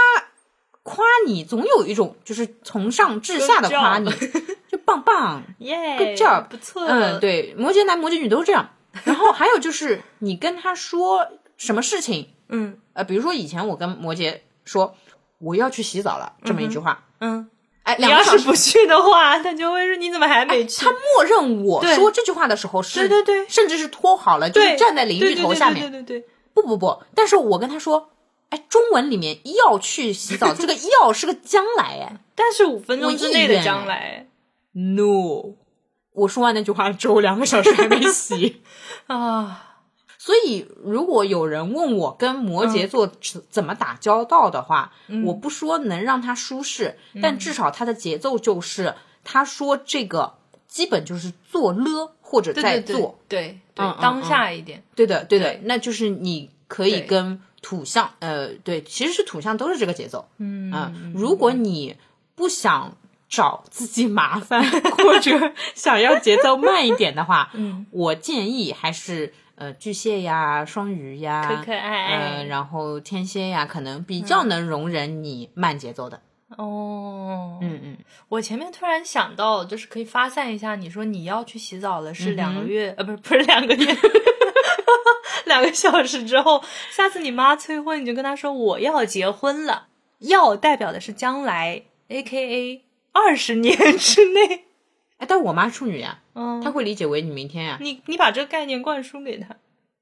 B: 夸你总有一种就是从上至下的夸你
A: Good，
B: 就棒棒。
A: 耶
B: Good job
A: 不错，
B: 嗯，，对，摩羯男、摩羯女都是这样。然后还有就是你跟他说什么事情，
A: 嗯
B: 呃，比如说以前我跟摩羯说我要去洗澡了这么一句话，
A: 嗯。
B: 哎，
A: 你
B: 两
A: 要
B: 个小
A: 是
B: 时哎
A: 不去的话，他就会说你怎么还没去？
B: 他默认我
A: 对
B: 说这句话的时候是，
A: 对对对
B: 甚至是脱好了，就是
A: 对，
B: 站在淋浴头下
A: 对
B: 面。
A: 对对对对
B: 不不不，但是我跟他说，哎，中文里面要去洗澡，这个要是个将来，哎
A: 但是五分钟之内
B: 我意
A: 的
B: 愿
A: 将来
B: ，no，我说完那句话之后，两个小时还没洗。
A: 啊，
B: 所以，如果有人问我跟摩羯座怎怎么打交道的话，我不说能让他舒适，但至少他的节奏就是他说这个基本就是做了或者
A: 对
B: 在
A: 对
B: 做。
A: 对对
B: 嗯嗯
A: 对，当下一点，
B: 对的，对的，
A: 对
B: 那就是你可以
A: 对
B: 跟土象，呃，对，其实是土象都是这个节奏，
A: 嗯
B: 啊、如果你不想找自己麻 烦，或者想要节奏慢一点的话，
A: 嗯，
B: 我建议还是呃巨蟹呀、双鱼呀，
A: 可嗯可爱
B: 呃，
A: 爱
B: 然后天蝎呀，可能比较能容忍你慢节奏的，
A: 哦。
B: 嗯嗯，
A: 我前面突然想到，就是可以发散一下，你说你要去洗澡了，是两个月，呃，不是不是两个月。 两个小时之后，下次你妈催婚，你就跟她说我要结婚了，要代表的是将来，A K A 二十年之内。
B: 哎，但我妈处女呀、
A: 嗯，
B: 她会理解为你明天呀、
A: 你你把这个概念灌输给他，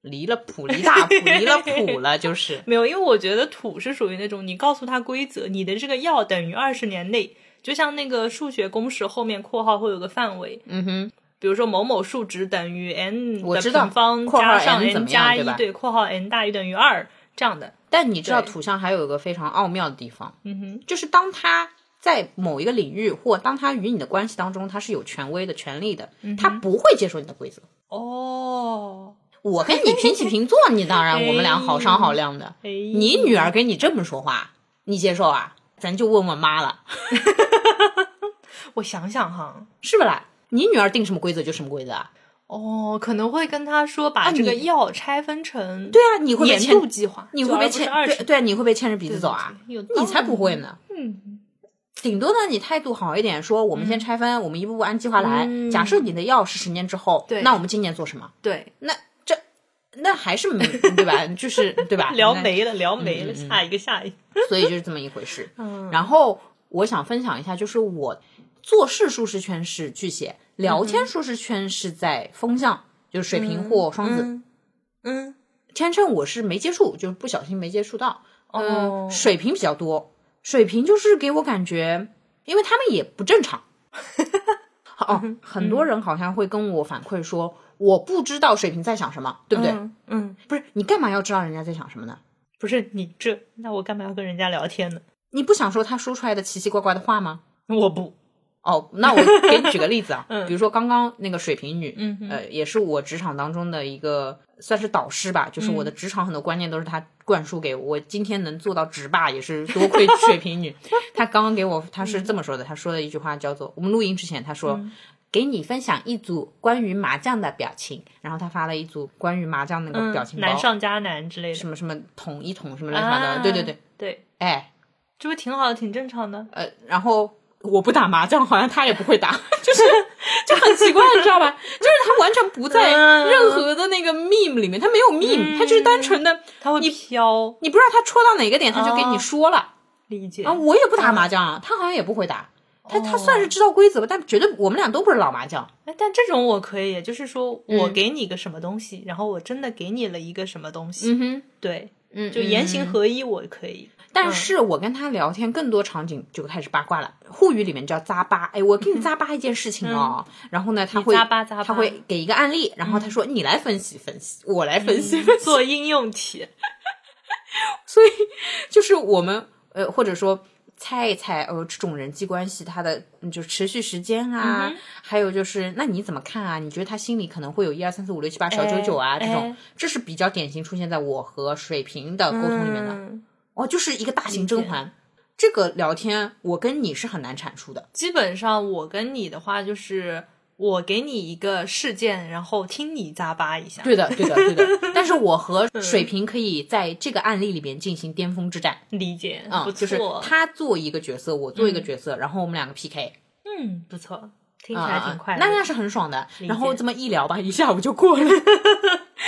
B: 离了谱，离大谱，离了谱了， 就是。
A: 没有？因为我觉得土是属于那种你告诉他规则，你的这个要等于二十年内，就像那个数学公式后面括号会有个范围，
B: 嗯哼，
A: 比如说某某数值等于 n
B: 我
A: 的
B: 知道
A: 平方
B: 括号
A: 加上
B: n 怎
A: n
B: 么样
A: 加
B: 对
A: 一
B: 吧，
A: 对，括号 n 大于等于二这样的，
B: 但你知道
A: 对
B: 土象还有一个非常奥妙的地方，
A: 嗯哼，
B: 就是当他在某一个领域或当他与你的关系当中，他是有权威的权利的，
A: 嗯
B: 他不会接受你的规则。
A: 哦，
B: 我跟你平起平坐，你当然我们俩好商好量的。
A: 哎，
B: 你女儿跟你这么说话，你接受啊？咱就问问妈了，
A: 我想想哈，
B: 是不啦？你女儿定什么规则就什么规则啊？
A: 哦，可能会跟他说把
B: 啊
A: 这个
B: 你
A: 要拆分成
B: 对啊，你会被
A: 年
B: 牵，
A: 度计划，
B: 你会被
A: 牵
B: 牵，
A: 二
B: 对
A: 十，
B: 对啊，你会被牵着鼻子走啊？
A: 有道
B: 你才不会
A: 理，
B: 呢。
A: 嗯。
B: 顶多呢，你态度好一点，说我们先拆分，我们一步步按计划来。
A: 嗯
B: 假设你的药是十年之后，
A: 对
B: 那我们今年做什么？
A: 对，
B: 那这那还是没 对吧？就是对吧？
A: 聊
B: 那嗯
A: 没了，聊没了，下一个，下一个。
B: 所以就是这么一回 事。
A: 嗯
B: 然后我想分享一下，就是我做事舒适圈是巨蟹，聊天舒适圈是在风象，就是水瓶或双子。
A: 嗯嗯嗯，
B: 天秤我是没接触，就是不小心没接触到。嗯、
A: 哦
B: 水瓶比较多，水瓶就是给我感觉，因为他们也不 正常。
A: 嗯
B: 哦，很多人好像会跟我反馈说，我不知道水瓶在想什么，对不对？
A: 嗯嗯，
B: 不是你干嘛要知道人家在想什么呢？
A: 不是你这，那我干嘛要跟人家聊天呢？
B: 你不想说他说出来的奇奇怪怪的话吗？
A: 我不，
B: 哦，那我给你举个 例子啊，比如说刚刚那个水瓶女，
A: 嗯哼
B: 呃，也是我职场当中的一个算是导师吧，就是
A: 嗯
B: 我的职场很多观念都是她灌输给我，我今天能做到职霸也是多 亏水瓶女。她刚刚给我，她
A: 嗯
B: 是这么说的，她说了一句话叫做，我们录音之前她说。给你分享一组关于麻将的表情，然后她发了一组关于麻将那
A: 嗯
B: 个表情包，
A: 难上加难之类的。
B: 什么什么捅一捅什么乱七八糟的，
A: 啊
B: 对对对，
A: 对，
B: 哎，
A: 这不挺好的，挺正常的。
B: 呃，然后我不打麻将，好像他也不会打，就是就很奇怪，你知道吧？就是他完全不在
A: 嗯
B: 任何的那个 meme 里面，他没有 meme，、他就是单纯的，
A: 他会飘，
B: 你不知道他戳到哪个点，他就跟
A: 嗯
B: 你说了。
A: 理解
B: 啊，我也不打麻将啊，他好像也不会打，他
A: 哦
B: 他算是知道规则吧，但绝对我们俩都不是老麻将。
A: 哎，但这种我可以，就是说
B: 嗯
A: 我给你个什么东西，然后我真的给你了一个什么东西，
B: 嗯哼，
A: 对，
B: 嗯，
A: 就言行合一，我可以。
B: 但是我跟他聊天，更多场景就开始八卦了。沪语里面叫扎巴，哎，我给你扎巴一件事情哦。然后呢，他
A: 嗯
B: 会
A: 你咂巴咂巴嗯
B: 他会给一个案例，然后他说、你来分析分析，我来分析分析。
A: 做应用题，
B: 就是我们呃，或者说猜一猜，呃，这种人际关系它的嗯就持续时间啊，还有就是那你怎么看啊？你觉得他心里可能会有一二三四五六七八小九九啊、
A: 哎
B: 这种
A: 哎，
B: 这是比较典型出现在我和水瓶的沟通里面的。
A: 嗯
B: 哦，就是一个大型甄嬛。这个聊天我跟你是很难产出的，
A: 基本上我跟你的话就是我给你一个事件，然后听你咂巴一下。
B: 对的，对的， 对的。但是我和水瓶可以在这个案例里边进行巅峰之战，
A: 理解，不
B: 嗯，
A: 错，
B: 就是他做一个角色，我做一个角色，然后我们两个 PK，
A: 嗯，不错，听起
B: 啊
A: 来
B: 啊
A: 挺快乐
B: 那
A: 的。
B: 那是很爽的。
A: 解
B: 然后这么一聊吧，一下午就过了，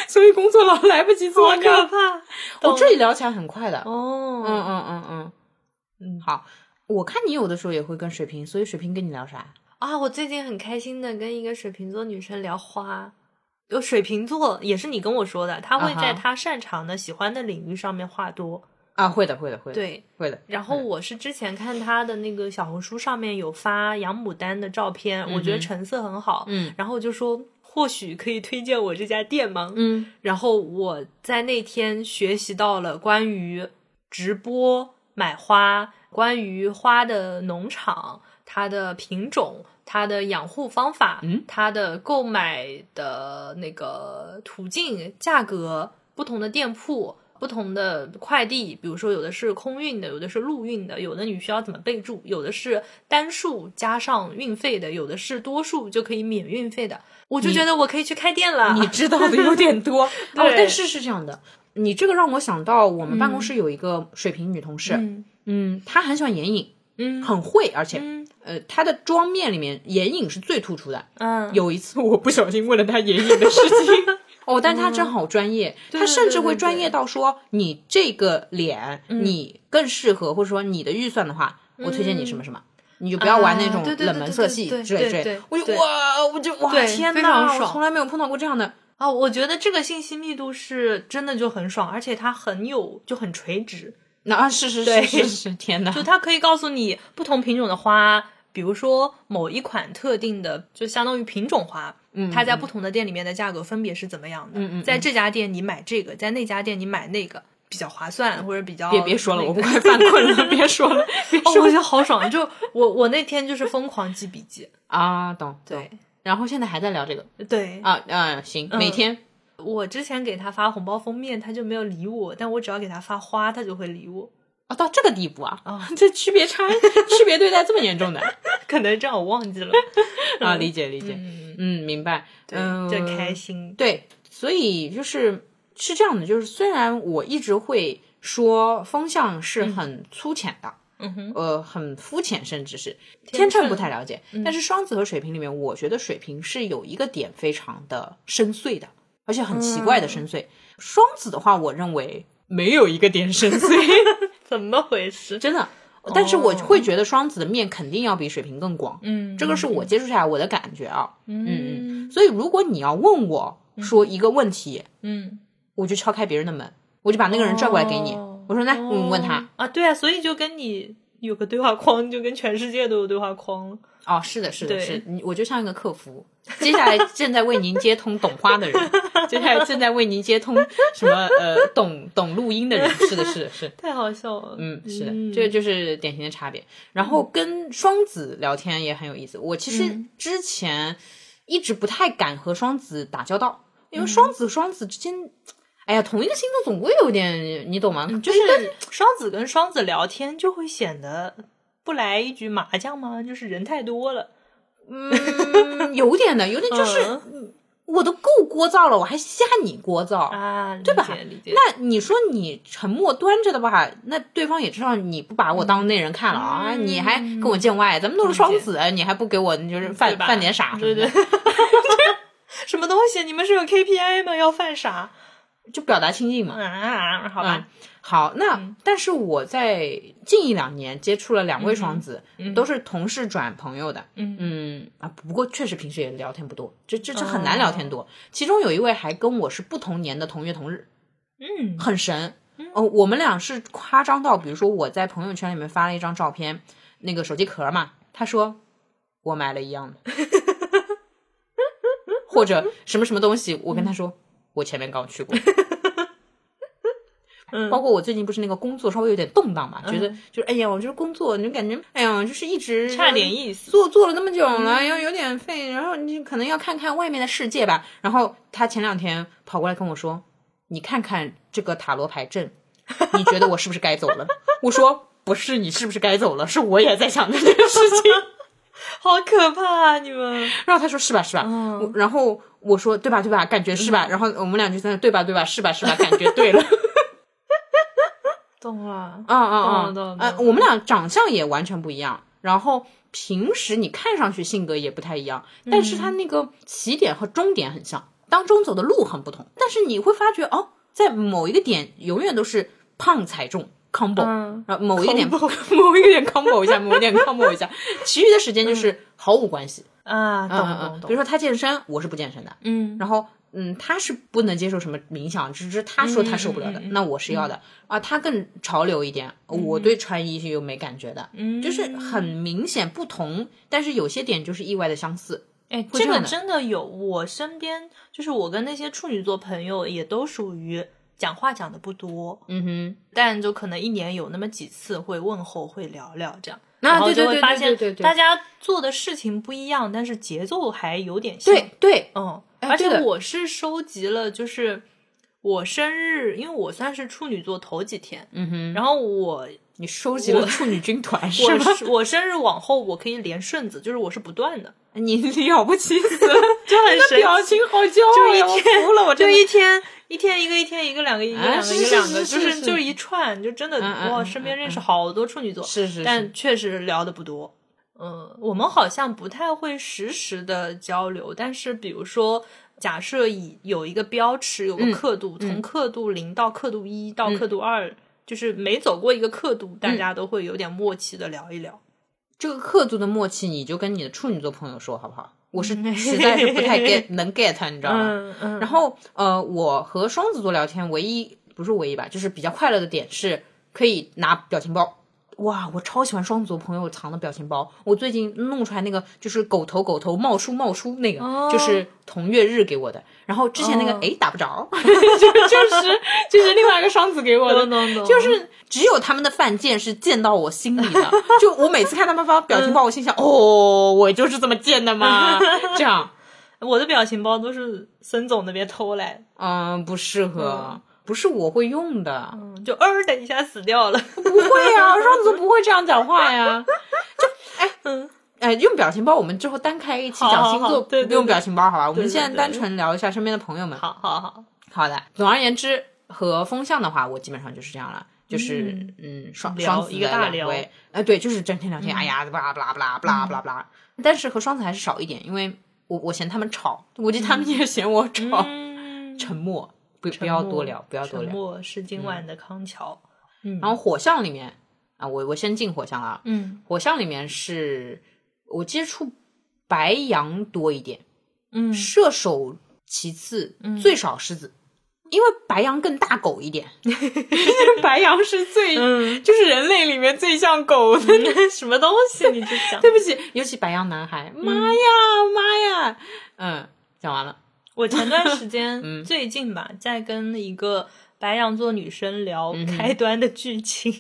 B: 所以工作老来不及做
A: 好可
B: 了。
A: 怕！
B: 我这里聊起来很快的，
A: 哦，
B: 嗯嗯嗯嗯嗯，好。我看你有的时候也会跟水瓶，所以水瓶跟你聊啥？
A: 啊，我最近很开心的跟一个水瓶座女生聊花。有水瓶座也是你跟我说的，她会
B: 啊哈
A: 在她擅长的、喜欢的领域上面话多。
B: 啊，会的，会的，会的，
A: 对，
B: 会的。
A: 然后我是之前看她的那个小红书上面有发养牡丹的照片，我觉得成色很好，
B: 嗯，
A: 然后我就说或许可以推荐我这家店吗？
B: 嗯，
A: 然后我在那天学习到了关于直播买花，关于花的农场、它的品种、它的养护方法、
B: 嗯
A: 它的购买的那个途径、价格、不同的店铺。不同的快递，比如说有的是空运的，有的是陆运的，有的你需要怎么备注，有的是单数加上运费的，有的是多数就可以免运费的。我就觉得我可以去开店了。
B: 你知道的有 点多哦，
A: 啊对
B: 但是是这样的，你这个让我想到我们办公室有一个水瓶女同事，
A: 嗯
B: 嗯，她很喜欢眼影，
A: 嗯
B: 很会，而且、
A: 嗯
B: 呃，她的妆面里面眼影是最突出的。
A: 嗯，
B: 有一次我不小心问了她眼影的事 情。哦，但她真好专业，她甚至
A: 嗯对嗯
B: 会
A: 对
B: 专业到说，你这个脸，你更适合，或者说你的预算的话，我推荐你什么什么，你就不要玩那
A: 嗯啊
B: 种
A: 对对
B: 冷
A: 对
B: 门
A: 对
B: 色
A: 对
B: 系
A: 对
B: 之类之
A: 对
B: 类的
A: 对。
B: 我就
A: 对
B: 哇，我就哇，
A: 对
B: 天
A: 非
B: 哪，
A: 常
B: 我
A: 爽
B: 从来没有碰到过这样的。
A: 啊、我觉得这个信息密度是真的就很爽，而且它很有就很垂直，
B: 那啊是是是
A: 对
B: 是是，天哪！
A: 就它可以告诉你不同品种的花，比如说某一款特定的，就相当于品种花，嗯，它在不同的店里面的价格分别是怎么样的，嗯嗯，在这家店你买这个，在那家店你买那个比较划算，或者比较
B: 别别说了，
A: 那
B: 我
A: 个
B: 快犯 困了， 别说了，别
A: 哦，
B: 说
A: 我
B: 了
A: 觉得好爽！就我我那天就是疯狂记笔记，
B: 啊，懂懂。
A: 对
B: 然后现在还在聊这个
A: 对
B: 啊，嗯，行，每天
A: 我之前给他发红包封面，他就没有理我，但我只要给他发花，他就会理我。
B: 哦，到这个地步啊
A: 啊，
B: 这区别差区别对待这么严重的
A: 可能这样我忘记了，
B: 啊，理解理解，嗯，明白，嗯，
A: 真开心。
B: 对，所以就是是这样的，就是虽然我一直会说风向是很粗浅的，
A: 嗯哼，
B: 呃，很肤浅，甚至是天秤嗯
A: 秤
B: 不太了解，但是双子和水瓶里面，我觉得水瓶是有一个点非常的深邃的，而且很奇怪的深邃。双子的话，我认为嗯没有一个点深邃，哦
A: 怎么回事？
B: 真的。但是我会觉得双子的面肯定要比水瓶更广，
A: 嗯，
B: 这个是我接触下来我的感觉啊。
A: 嗯
B: 所以如果你要问我说一个问题，
A: 嗯，
B: 我就敲开别人的门，我就把那个人拽过来给你，
A: 哦
B: 我说来，
A: 哦
B: 你问他。
A: 啊，对啊，所以就跟你有个对话框，就跟全世界都有对话框了。
B: 哦，是的，是的，
A: 对
B: 是的，你我就像一个客服，接下来正在为您接通懂花 的人，接下来正在为您接通什么呃懂懂录音的人，是的，是的，是的。
A: 太好笑了。
B: 嗯，是的，
A: 嗯
B: 这就是典型的差别。然后跟双子聊天也很有意思。我其
A: 嗯
B: 实之前一直不太敢和双子打交道，
A: 嗯
B: 因为双子双子之间，哎呀，同一个星座总归有点，你懂吗？
A: 嗯就是双子跟双子聊天就会显得不来一局麻将吗？就是人太多了。
B: 嗯，有点的，有点就是、
A: 嗯
B: 我都够聒噪了，我还吓你聒噪。
A: 啊，对
B: 吧
A: 理解。
B: 那你说你沉默端着的吧，那对方也知道你不把我当内人看了啊，
A: 嗯嗯
B: 你还跟我见外，咱们都是双子，你还不给我你就是犯
A: 对吧
B: 犯点傻什
A: 对
B: 么的，
A: 对。什么东西？你们是有 KPI 吗？要犯傻
B: 就表达亲近嘛。
A: 啊？好吧，
B: 好，那、
A: 嗯
B: 但是我在近一两年接触了两位双子，都是同事转朋友的，
A: 嗯
B: 啊，不过确实平时也聊天不多，这这这
A: 哦
B: 很难聊天多。其中有一位还跟我是不同年的同月同日，
A: 嗯
B: 很神。哦，我们俩是夸张到，比如说我在朋友圈里面发了一张照片，那个手机壳嘛，他说我买了一样的，或者什么什么东西，我跟
A: 嗯
B: 他说、我前面刚去过。
A: 嗯
B: 包括我最近不是那个工作稍微有点动荡嘛，觉得就是哎呀，我就是工作，你就感觉哎呀，就是一直
A: 差点意嗯思。
B: 做做了那么久了，要有点废，然后你可能要看看外面的世界吧。然后他前两天跑过来跟我说：“你看看这个塔罗牌阵，你觉得我是不是该走了？” 我说：“不是，你是不是该走了？是我也在想这件事情。
A: 好可怕啊！你们”
B: 然后他说：“是吧，是
A: 嗯
B: 吧？”我然后我说：“对吧，对吧？感觉是吧？”然后我们俩就在那对吧，对吧？是吧，是吧？感觉对 了。
A: 懂了。
B: 啊啊
A: 嗯懂了懂了
B: 啊！哎，我们俩长相也完全不一样，然后平时你看上去性格也不太一样，
A: 嗯
B: 但是他那个起点和终点很像，当中走的路很不同，但是你会发觉哦，在某一个点永远都是胖踩重 combo，、
A: 嗯
B: 然后某一个点 某一个点 combo 一下，某一个点 combo 一下，其余的时间就是毫无关系。
A: 啊，懂
B: 嗯嗯
A: 懂
B: 嗯，比
A: 懂。
B: 如说他健身，我是不健身的，
A: 嗯，
B: 然后嗯，他是不能接受什么冥想，只是他说他受不了的，那我是要的、啊。他更潮流一点，我对穿衣是又没感觉的，嗯，就是很明显不同，但是有些点就是意外的相似。
A: 哎，
B: 这
A: 这
B: 样
A: 个
B: 的
A: 真的有，我身边就是我跟那些处女座朋友也都属于讲话讲的不多，
B: 嗯哼，
A: 但就可能一年有那么几次会问候，会聊聊这样。
B: 那
A: 然后
B: 啊对
A: 就
B: 对
A: 会
B: 对
A: 发
B: 对对
A: 现
B: 对对，
A: 大家做的事情不一样，但是节奏还有点像。
B: 对，对
A: 嗯，
B: 哎
A: 而
B: 对
A: 且
B: 的
A: 我是收集了，就是我生日，因为我算是处女座头几天，嗯哼，然后我
B: 你收集了处女军团是吗？
A: 我是我生日往后我可以连顺子，就是我是不断的，
B: 你了不起死了，
A: 就很神
B: 这
A: 奇。
B: 表情好骄傲啊呀！
A: 就
B: 我
A: 一天
B: 哦服了，我
A: 就
B: 真的。
A: 一天一天一个一天一个两个一个
B: 哎
A: 两个
B: 是
A: 一个
B: 是
A: 两个，
B: 是
A: 就是
B: 是
A: 就是一串，就真的
B: 嗯嗯
A: 哇，
B: 嗯
A: 身
B: 嗯
A: 边认识好多处女座，
B: 是是是
A: 但确实聊的不多。嗯，我们好像不太会实时的交流，但是比如说，假设以有一个标尺，有
B: 嗯
A: 个刻度，从刻度零到刻度一到刻度二、就是每走过一个刻度，
B: 嗯
A: 大家都会有点默契的聊一聊。
B: 这个刻度的默契，你就跟你的处女座朋友说好不好？我是实在是不太 get 能 get，你知道吗？
A: 嗯嗯，
B: 然后呃，我和双子座聊天，唯一不是唯一吧，就是比较快乐的点是可以拿表情包。哇，我超喜欢双子座朋友藏的表情包。我最近弄出来那个就是狗头狗头冒出冒出那个，
A: 哦
B: 就是同月日给我的。然后之前那个
A: 哦
B: 哎、打不 着，就就是就是另外一个双子给我的
A: 懂，懂懂，
B: 就是只有他们的犯贱是贱到我心里的。就我每次看他们发表情包，我心想哦，我就是这么贱的吗？这样。
A: 我的表情包都是孙总那边偷来的。
B: 嗯，不适合，不是我会用的，
A: 嗯就嗷的一下死掉 了。
B: 不会啊，双子座不会这样讲话呀。就哎，嗯，哎，用表情包，我们之后单开一期
A: 好
B: 讲
A: 好
B: 星座，
A: 好对对对
B: 用表情包好吧？我
A: 对
B: 们
A: 对
B: 现在
A: 对
B: 单纯聊一下身边的朋友们。
A: 好好好，
B: 好的，总而言之，和风向的话，我基本上就是这样了。就是嗯，双
A: 聊
B: 双子的
A: 一个大
B: 两
A: 聊嗯
B: 位，哎，对，就是整天聊天，哎呀，巴拉巴拉巴拉巴拉巴拉巴拉。但是和双子还是少一点，因为我我嫌他们吵，我估计他们也嫌我吵。
A: 嗯，
B: 沉默，不不要多聊，不要多
A: 沉
B: 聊。嗯
A: 默是今晚的康桥。
B: 然后火象里面啊，我我先进火象了啊，
A: 嗯
B: 火象里面是我接触白羊多一点，
A: 嗯
B: 射手其次，最少狮子，因为白羊更大狗 一点，白羊是最、
A: 嗯，
B: 就是人类里面最像狗的。
A: 什么东西？你就讲，
B: 对不起，尤其白羊男孩，妈呀妈呀，嗯，讲完了，
A: 我前段时间
B: 嗯
A: 最近吧，在跟一个白羊座女生聊
B: 嗯
A: 开端的剧情。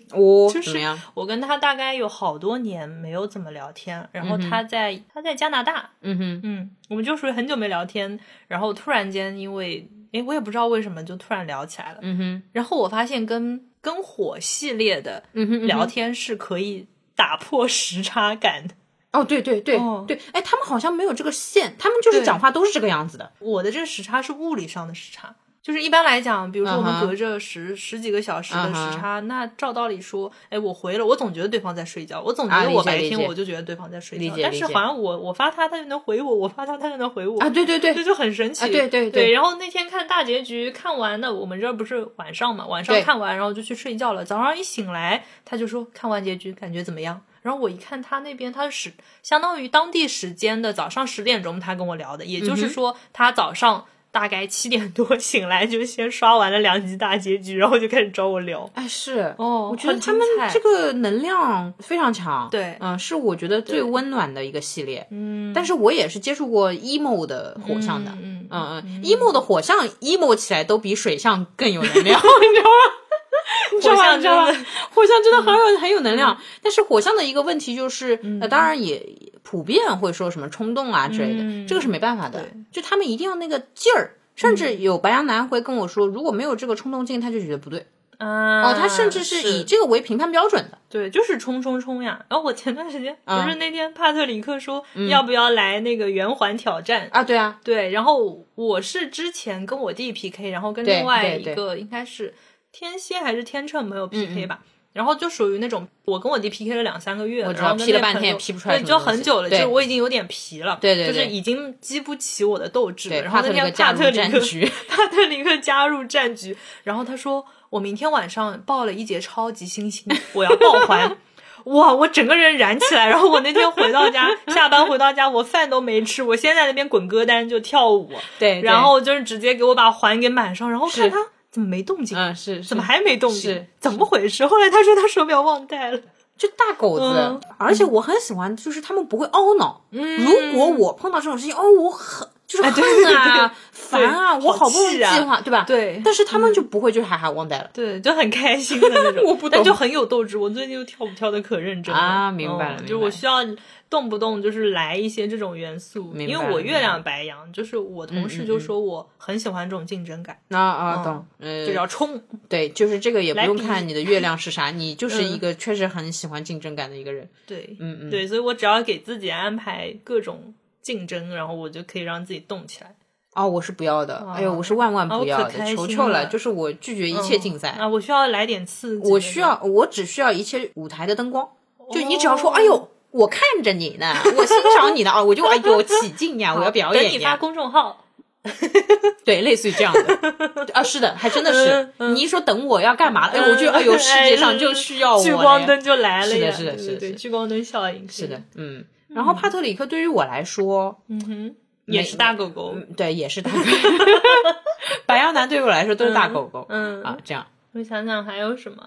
A: 就
B: 我、哦怎么
A: 是
B: 样？
A: 我跟她大概有好多年没有怎么聊天，然后她在、她在加拿大，
B: 嗯哼，
A: 嗯，我们就属于很久没聊天，然后突然间因为诶我也不知道为什么就突然聊起来了，
B: 嗯哼，
A: 然后我发现跟跟火系列的
B: 嗯哼，嗯哼
A: 聊天是可以打破时差感的。
B: 哦，对对对、
A: 哦
B: 对，哎，他们好像没有这个线，他们就是
A: 对
B: 讲话都是这个样子的。
A: 我的这个时差是物理上的时差，就是一般来讲，比如说我
B: 嗯
A: 们
B: 哼
A: 隔着十、十几个小时的
B: 嗯哼
A: 时差那照道理说，哎，我回了，我总觉得对方在睡觉，我总觉
B: 啊
A: 得
B: 理解
A: 我白
B: 理
A: 天
B: 解
A: 我就觉得对方在睡
B: 理
A: 觉，
B: 解
A: 但
B: 理
A: 是
B: 解
A: 好像我我发他，他就能回我，我发他，他就能回我
B: 啊，对对 对
A: 这，就很神奇。
B: 啊对对
A: 对
B: 对
A: 然后那天看大结局，看完了，我们这儿不是晚上嘛，晚上
B: 对
A: 看完，然后就去睡觉了。早上一醒来，他就说看完结局感觉怎么样？然后我一看他那边，他是十相当于当地时间的早上十点钟，他跟我聊的，也
B: 嗯
A: 就是说他早上大概七点多 醒来，就先刷完了两集大结局，然后就开始找我聊。
B: 哎，是
A: 哦
B: 我觉得
A: 很
B: 他
A: 精
B: 们
A: 彩
B: 这个能量非常强，
A: 对
B: 嗯，是我觉得最温暖的一个系列，嗯，但是我也是接触过 emo 的火象的，
A: 嗯嗯
B: 嗯嗯，emo 的火象 emo 起来都比水象更有 能量，你知道吗？你知道
A: 火
B: 吗？
A: 象
B: 你知道
A: 真嗯
B: 吗？火象真的很有、很有能量，但是火象的一个问题就是，呃，当然也普遍会说什么冲动啊之类的，
A: 嗯
B: 这个是没办法的，就他们一定要那个劲儿。甚至
A: 嗯
B: 有白羊男会跟我说，如果没有这个冲动劲，他就觉得不对。
A: 啊，
B: 哦，他甚至是以这个为评判标准的。
A: 对，就是冲冲冲呀！然后我前段时间
B: 嗯
A: 不是那天帕特里克说要不要来那个圆环挑战，
B: 啊，对啊，
A: 对，然后我是之前跟我弟 PK，然后跟
B: 对
A: 另外
B: 对
A: 一
B: 对嗯
A: 个应该是天蝎还是天秤朋友 PK 吧。然后就属于那种我跟我弟 PK 了两三个月了，
B: 我知
A: 然后
B: 道
A: 跟
B: 劈了
A: 那
B: 半
A: 朋
B: 天
A: 友
B: 也劈不出来
A: 对，
B: 什么
A: 就
B: 东
A: 很
B: 西
A: 久了，就
B: 对
A: 是我已经有点疲了，
B: 对对
A: 就是
B: 对
A: 已经激不起我的斗志了。
B: 对，
A: 然后
B: 特
A: 那
B: 里克
A: 天
B: 加
A: 帕
B: 入
A: 特里
B: 战
A: 克
B: 局，
A: 帕特里克加入战局，然后他说：“我明天晚上报了一节超级星星，我要报还。” 哇！我整个人燃起来，然后我那天回到家，下班回到家，我饭都没吃，我先在那边滚歌单就跳舞，
B: 对
A: 然后就是直接给我把环给满上，然后看
B: 是
A: 他怎么没动静，
B: 嗯是
A: 怎么还没动静
B: 是，
A: 怎么回事？后来他说他手表忘带了，
B: 就大狗子、
A: 嗯
B: 而且我很喜欢，就是他们不会懊恼。嗯，如果我碰到这种事情，哦，我很就是
A: 哎
B: 恨
A: 对
B: 啊、
A: 对
B: 烦啊，
A: 好
B: 我好不容易
A: 气
B: 计
A: 啊
B: 划，对吧？
A: 对嗯
B: 但是他们就不会，就是哈哈忘带了。
A: 对，就很开心的那种，
B: 我不懂
A: 但就很有斗志。我最近又跳舞跳的可认真了
B: 啊明白了
A: 嗯
B: 明白
A: 就是我需要动不动就是来一些这种元素，
B: 明白
A: 因为
B: 了嗯
A: 我
B: 明
A: 月亮白羊，就是我同事就说我很喜欢这种竞争感，
B: 啊啊，懂。嗯，
A: 就是要 冲。
B: 对，就是这个也不用
A: 比
B: 看你的月亮 是啥，你就是
A: 嗯
B: 一个确实很喜欢竞争感的一个人。
A: 对，
B: 嗯嗯，
A: 对，所以我只要给自己安排各种竞争，然后我就可以让自己动起来。
B: 哦，我是不要的，哎呦，我是万万
A: 啊
B: 不
A: 我
B: 要
A: 可
B: 的，
A: 开
B: 求
A: 心
B: 求
A: 了
B: 了，就是我拒绝一切竞赛。
A: 啊，我需要来点刺激。啊
B: 我需，要，我只需要一切舞台的灯光，就你只要说，
A: 哦
B: 哎呦，我看着你 呢，我欣赏你呢，啊，我就哎呦起劲呀，我要表
A: 等你
B: 演
A: 发
B: 呀，
A: 公众号，
B: 对，类似于这样的， 啊，是的，还真的
A: 嗯
B: 是，你一说等我要干嘛，哎，我 就哎呦，世界上就需要我
A: 呃聚
B: 了呀
A: 光灯就来了呀，
B: 是的是的
A: 对
B: 是的
A: 对对
B: 是的
A: 聚光灯效应是
B: 是的，嗯，然后帕特里克对于我来说，
A: 嗯哼，也是大狗狗，
B: 对，也是大狗， 白羊男对于我来说都是大狗狗，
A: 嗯
B: 啊，这样，
A: 我想想还有什么？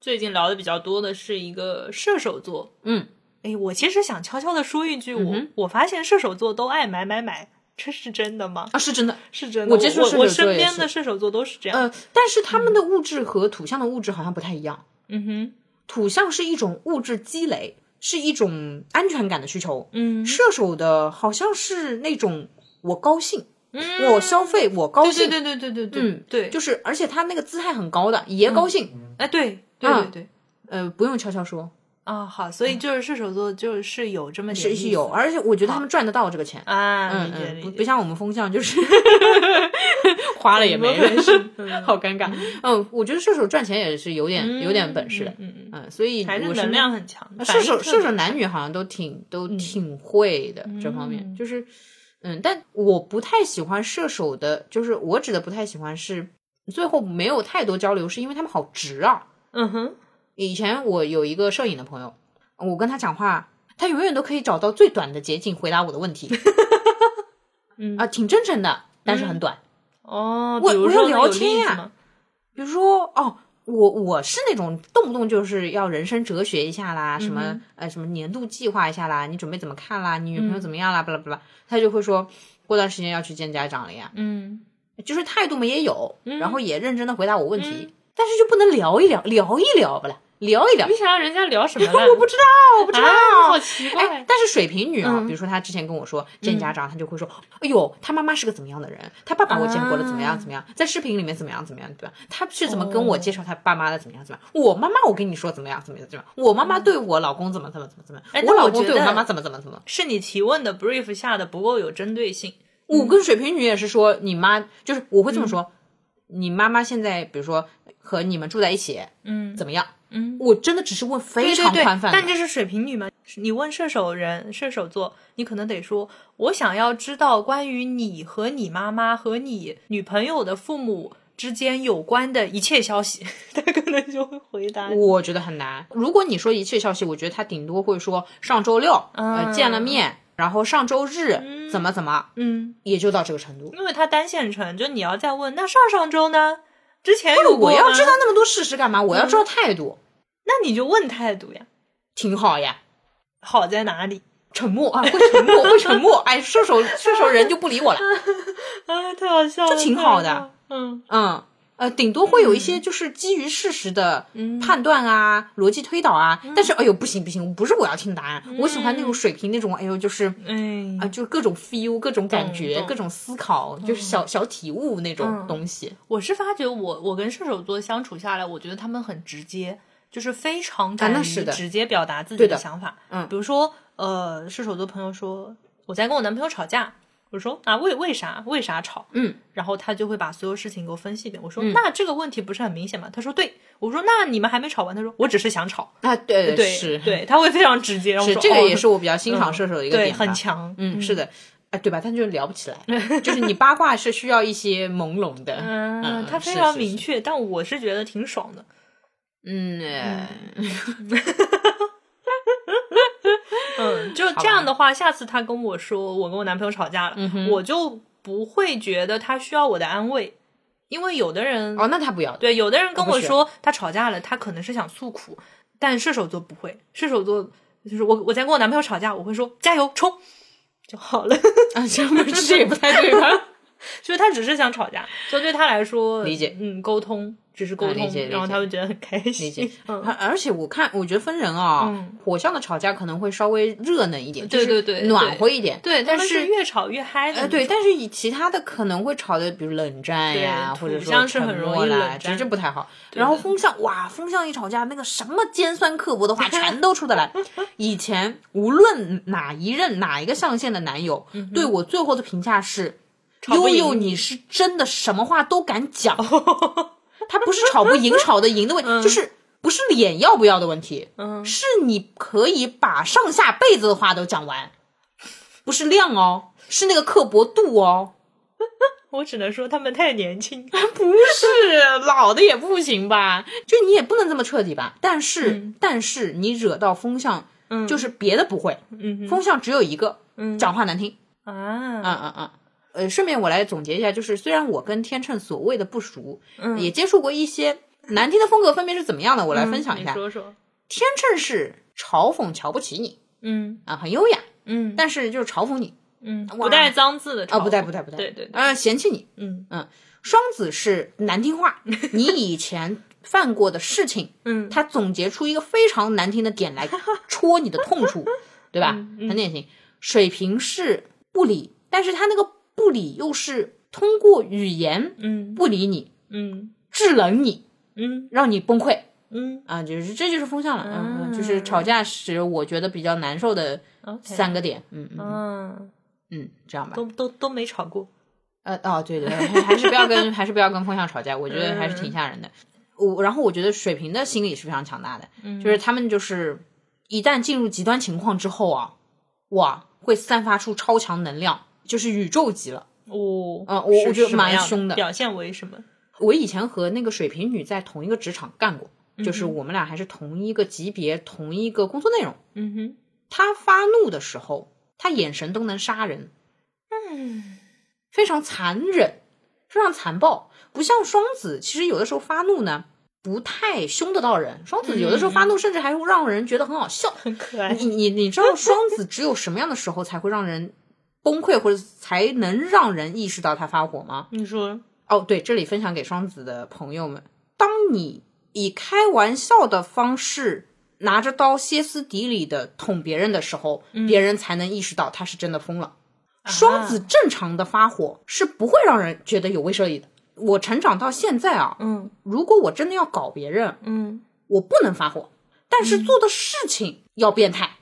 A: 最近聊的比较多的是一个射手座。嗯
B: 嗯，
A: 哎，我其实想悄悄的说一句，我、我发现射手座都爱买买买，这是真的吗？
B: 啊，是真的，
A: 是真的。
B: 我接触
A: 我
B: 射
A: 我
B: 手座
A: 身
B: 也
A: 边
B: 是
A: 的射手座都是这样。
B: 呃，但是他们的物质和土象的物质好像不太一样。
A: 嗯哼，
B: 土象是一种物质积累，是一种安全感的需求。
A: 嗯
B: 射手的好像是那种我高兴，
A: 嗯，
B: 我消费，我高
A: 对
B: 兴，
A: 对对对对对对，
B: 嗯，
A: 对，
B: 就是而且他那个姿态很高的，爷高兴，
A: 哎对对对
B: 嗯
A: 对。
B: 呃，不用悄悄说，
A: 啊，好，所以就是射手座就是有啊这么点
B: 是
A: 意
B: 是
A: 思
B: 有，而且我觉得他们赚得到这个钱。
A: 啊，
B: 嗯
A: 理解
B: 嗯，不
A: 理
B: 不
A: 解，
B: 像我们风象，就是 花了也没人，好尴尬。嗯，我觉得射手赚钱也是有点有点本事的，
A: 嗯嗯，
B: 嗯，所以
A: 还是
B: 我身
A: 能
B: 边
A: 量很强，
B: 射
A: 反应
B: 手
A: 特
B: 射
A: 别嗯
B: 手男女好像都挺都挺会的、这方面，就是嗯，但我不太喜欢射手的，就是我指的不太喜欢是最后没有太多交流，是因为他们好直啊。
A: 嗯哼，
B: 以前我有一个摄影的朋友，我跟他讲话，他永远都可以找到最短的捷径回答我的 问题。
A: 嗯
B: 啊，挺真诚的，但是很短。
A: 哦，
B: 我
A: 比如
B: 我
A: 说能
B: 要聊
A: 有例
B: 天
A: 子
B: 呀
A: 吗
B: 比如说，哦，我我是那种动不动就是要人生哲学一下啦，什么呃什么年度计划一下啦，你准备怎么看啦，你女朋友怎么样啦，巴拉巴拉，他就会说过段时间要去见家长了呀，
A: 嗯
B: 就是态度嘛也有，然后也认真的回答我问题，但是就不能聊一聊，聊一聊不啦，聊一聊
A: 你。想让人家聊 什么呢？
B: 我不知道，我不知道，
A: 啊，好奇怪
B: 哎，。但是水瓶女啊，
A: 嗯
B: 比如说她之前跟我说见家长，她就会说，哎呦，她妈妈是个怎么样的人，她爸爸我见过了，怎么样怎么
A: 嗯
B: 样，在视频里面怎么样怎么样，对吧？她是怎么跟我介绍她爸妈的，怎么样怎么样？
A: 嗯
B: 我妈妈我跟你说怎么样怎么样怎么样？我妈妈对我老公怎么怎么怎么怎么样？
A: 但
B: 我
A: 我
B: 老公
A: 觉
B: 对我
A: 得
B: 妈妈怎么怎么怎么？
A: 哎是你提问的 brief 下的不够有针对性。
B: 我跟水瓶女也是说，你妈就是我会这么
A: 嗯
B: 说，你妈妈现在比如说和你们住在一起
A: 嗯
B: 怎么样？
A: 嗯，
B: 我真的只是问非
A: 对
B: 常
A: 对对
B: 宽，泛的，
A: 但这是水瓶女嘛？你问射手人、射手座，你可能得说，我想要知道关于你和你妈妈和你女朋友的父母之间有关的一切消息， 他可能就会回答你。
B: 我觉得很难。如果你说一切消息，我觉得他顶多会说上周六、呃
A: 嗯
B: 见了面，然后上周日、怎么怎么，
A: 嗯，
B: 也就到这个程度。
A: 因为他单线程，就你要再问，那上上周呢？之前有过
B: 我要
A: 吗
B: 知道，那么多事实干嘛？我要知道态度，
A: 那你就问态度呀，
B: 挺好呀。
A: 好在哪里？
B: 沉默啊，会沉默，会沉默。哎，射手射手人就不理我了。
A: 啊，太好笑了，
B: 这挺好的
A: 太好笑了。嗯
B: 嗯，呃，顶多会有一些就是基于事实的判断啊、逻辑推导啊。但是，哎呦，不行不行，不是我要听答案，我喜欢那种水平那种，哎呦，就是
A: 哎
B: 啊，就是各种 feel，各种感
A: 懂
B: 觉，
A: 懂嗯
B: 各种思考，就是小小体悟那种东西。
A: 我是发觉我我跟射手座相处下来，我觉得他们很直接，就是非常
B: 啊
A: 敢
B: 那是
A: 于
B: 的
A: 直接表达自
B: 对
A: 己
B: 的
A: 想法。
B: 嗯
A: 比如说，呃，射手座朋友说我在跟我男朋友吵架，我说啊为为啥为啥吵？
B: 嗯，
A: 然后他就会把所有事情给我分析一遍。我说、那这个问题不是很明显吗？他说对。我说那你们还没吵完？他说我只是想吵。
B: 啊，对
A: 对
B: 是
A: 对，他会非常直接。然后
B: 是，
A: 我说
B: 这个
A: 哦
B: 也是我比较欣赏射手的一个
A: 对
B: 点吧，
A: 很强。
B: 嗯，是的，啊，对吧？但就是聊不起 来，就是你八卦是需要一些朦胧的，
A: 嗯，他非
B: 是
A: 常
B: 是
A: 明
B: 是
A: 确，但我是觉得挺爽的。
B: 嗯，呃
A: 嗯，就这样的话，下次他跟我说我跟我男朋友吵架了，
B: 嗯
A: 我就不会觉得他需要我的安慰，因为有的人、
B: 哦，那他不要，
A: 对有的人跟
B: 不
A: 我
B: 是
A: 说他吵架了，他可能是想诉苦，但射手座不会，射手座就是我我在跟我男朋友吵架，我会说加油冲就好 了，
B: 啊，这不是这也不太对吧？
A: 就是他只是想吵架，就对他来说
B: 理解，
A: 嗯，沟通只是沟
B: 啊
A: 通，
B: 理解理
A: 然后
B: 解
A: 他会觉得很开心
B: 解，
A: 嗯。
B: 而而且我看，我觉得分人啊、火象的吵架可能会稍微热能一点，就
A: 对
B: 是
A: 对对
B: 暖
A: 对
B: 和一点，
A: 对，他
B: 但
A: 们
B: 是
A: 是越吵越嗨的那
B: 呃，
A: 种，
B: 对，但是以其他的可能会吵的，比如冷战呀，
A: 对
B: 或者
A: 土
B: 说
A: 象是
B: 沉
A: 很容
B: 默
A: 易
B: 啦
A: 冷
B: 其实这
A: 战
B: 不太好。然后风象，哇，风象一吵架，那个什么尖酸刻薄的话全都出 得来。以前无论哪一任哪一个象限的男友，
A: 嗯
B: 对我最后的评价是：
A: 不
B: 悠悠，
A: 赢
B: 你是真的什么话都敢 讲。他不是吵不赢、吵得赢的问题，就是。不是脸要不要的问题，
A: 嗯
B: 是你可以把上下辈子的话都讲完，不是量哦，是那个刻薄度哦，
A: 我只能说他们太年 轻，
B: 不是老的也不行吧？嗯就你也不能这么彻底吧？但是、但是你惹到风向，
A: 嗯
B: 就是别的不会，
A: 嗯
B: 风向只有一个，
A: 嗯
B: 讲话难听，
A: 啊，
B: 嗯嗯嗯。呃，顺便我来总结一下，就是虽然我跟天秤所谓的不熟，
A: 嗯
B: 也接触过一些难听的风格分别是怎么样的，我来分享一下。
A: 你说说，
B: 天秤是嘲讽瞧不起你
A: 嗯
B: 啊，很优雅，
A: 嗯
B: 但是就是嘲讽你
A: 嗯，
B: 哇
A: 哦不带脏字的
B: 啊，不带
A: 带
B: 不带不带，
A: 对对对
B: 呃，嫌弃你，
A: 嗯
B: 嗯，双子是难听话， 你以前犯过的事情，
A: 嗯
B: 他总结出一个非常难听的点来戳你的 痛处，对吧？
A: 嗯
B: 很典型。水瓶是不理，但是他那个不理又是通过语言
A: 嗯
B: 不理你，
A: 嗯
B: 制冷你，
A: 嗯
B: 让你崩溃
A: 嗯
B: 啊，就是这就是风向了，嗯，嗯就是吵架时我觉得比较难受的
A: ，OK，
B: 三个点，嗯嗯
A: 嗯，
B: 嗯，这样吧。
A: 都都都没吵过，
B: 呃哦，对对，对还是不要跟还是不要跟风向吵架，我觉得还是挺吓人的。我然后我觉得水瓶的心理是非常强大的，就是他们就是一旦进入极端情况之后啊，哇，会散发出超强能量，就是宇宙级了。
A: 哦，
B: 嗯我
A: 是
B: 我觉得
A: 什么
B: 蛮
A: 样
B: 凶的
A: 表现为什么？
B: 我以前和那个水瓶女在同一个职场干过，就是我们俩还是同一个级别、同一个工作内容。
A: 嗯哼，
B: 她发怒的时候，她眼神都能杀人，
A: 嗯
B: 非常残忍，非常残暴。不像双子，其实有的时候发怒呢，不太凶得到人。双子有的时候发怒，甚至还会让人觉得很好笑。
A: 很可爱
B: 你你你知道双子只有什么样的时候才会让人崩溃，或者才能让人意识到他发火吗？
A: 你说，
B: 哦，对，这里分享给双子的朋友们：当你以开玩笑的方式拿着刀歇斯底里的捅别人的时候，别人才能意识到他是真的疯了。双子正常的发火是不会让人觉得有威慑力的。我成长到现在啊，
A: 嗯
B: 如果我真的要搞别人，
A: 嗯，
B: 我不能发火，但是做的事情要变态，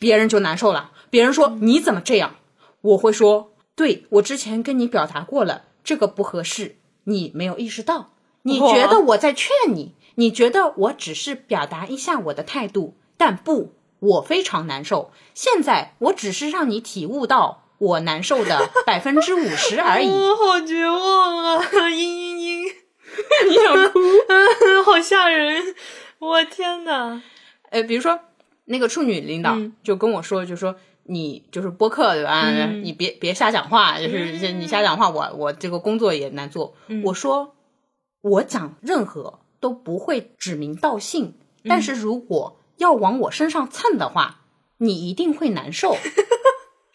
B: 别人就难受了。别人
A: 嗯
B: 说你怎么这样，我会说，对我之前跟你表达过了，这个不合适，你没有意识到，你
A: 哇
B: 觉得我在劝你，你觉得我只是表达一下我的态度，但不，我非常难受。现在我只是让你体悟到我难受 的百分之五十而已。
A: 我好绝望啊！ 嘤嘤嘤，你想哭？嗯， 好吓人！我天哪！
B: 呃，比如说那个处女领导就跟我说，就说你就是播客对吧？你别别瞎讲话，就是这你瞎讲话，我我这个工作也难做。我说我讲任何都不会指名道姓，但是如果要往我身上蹭的话，你一定会难受。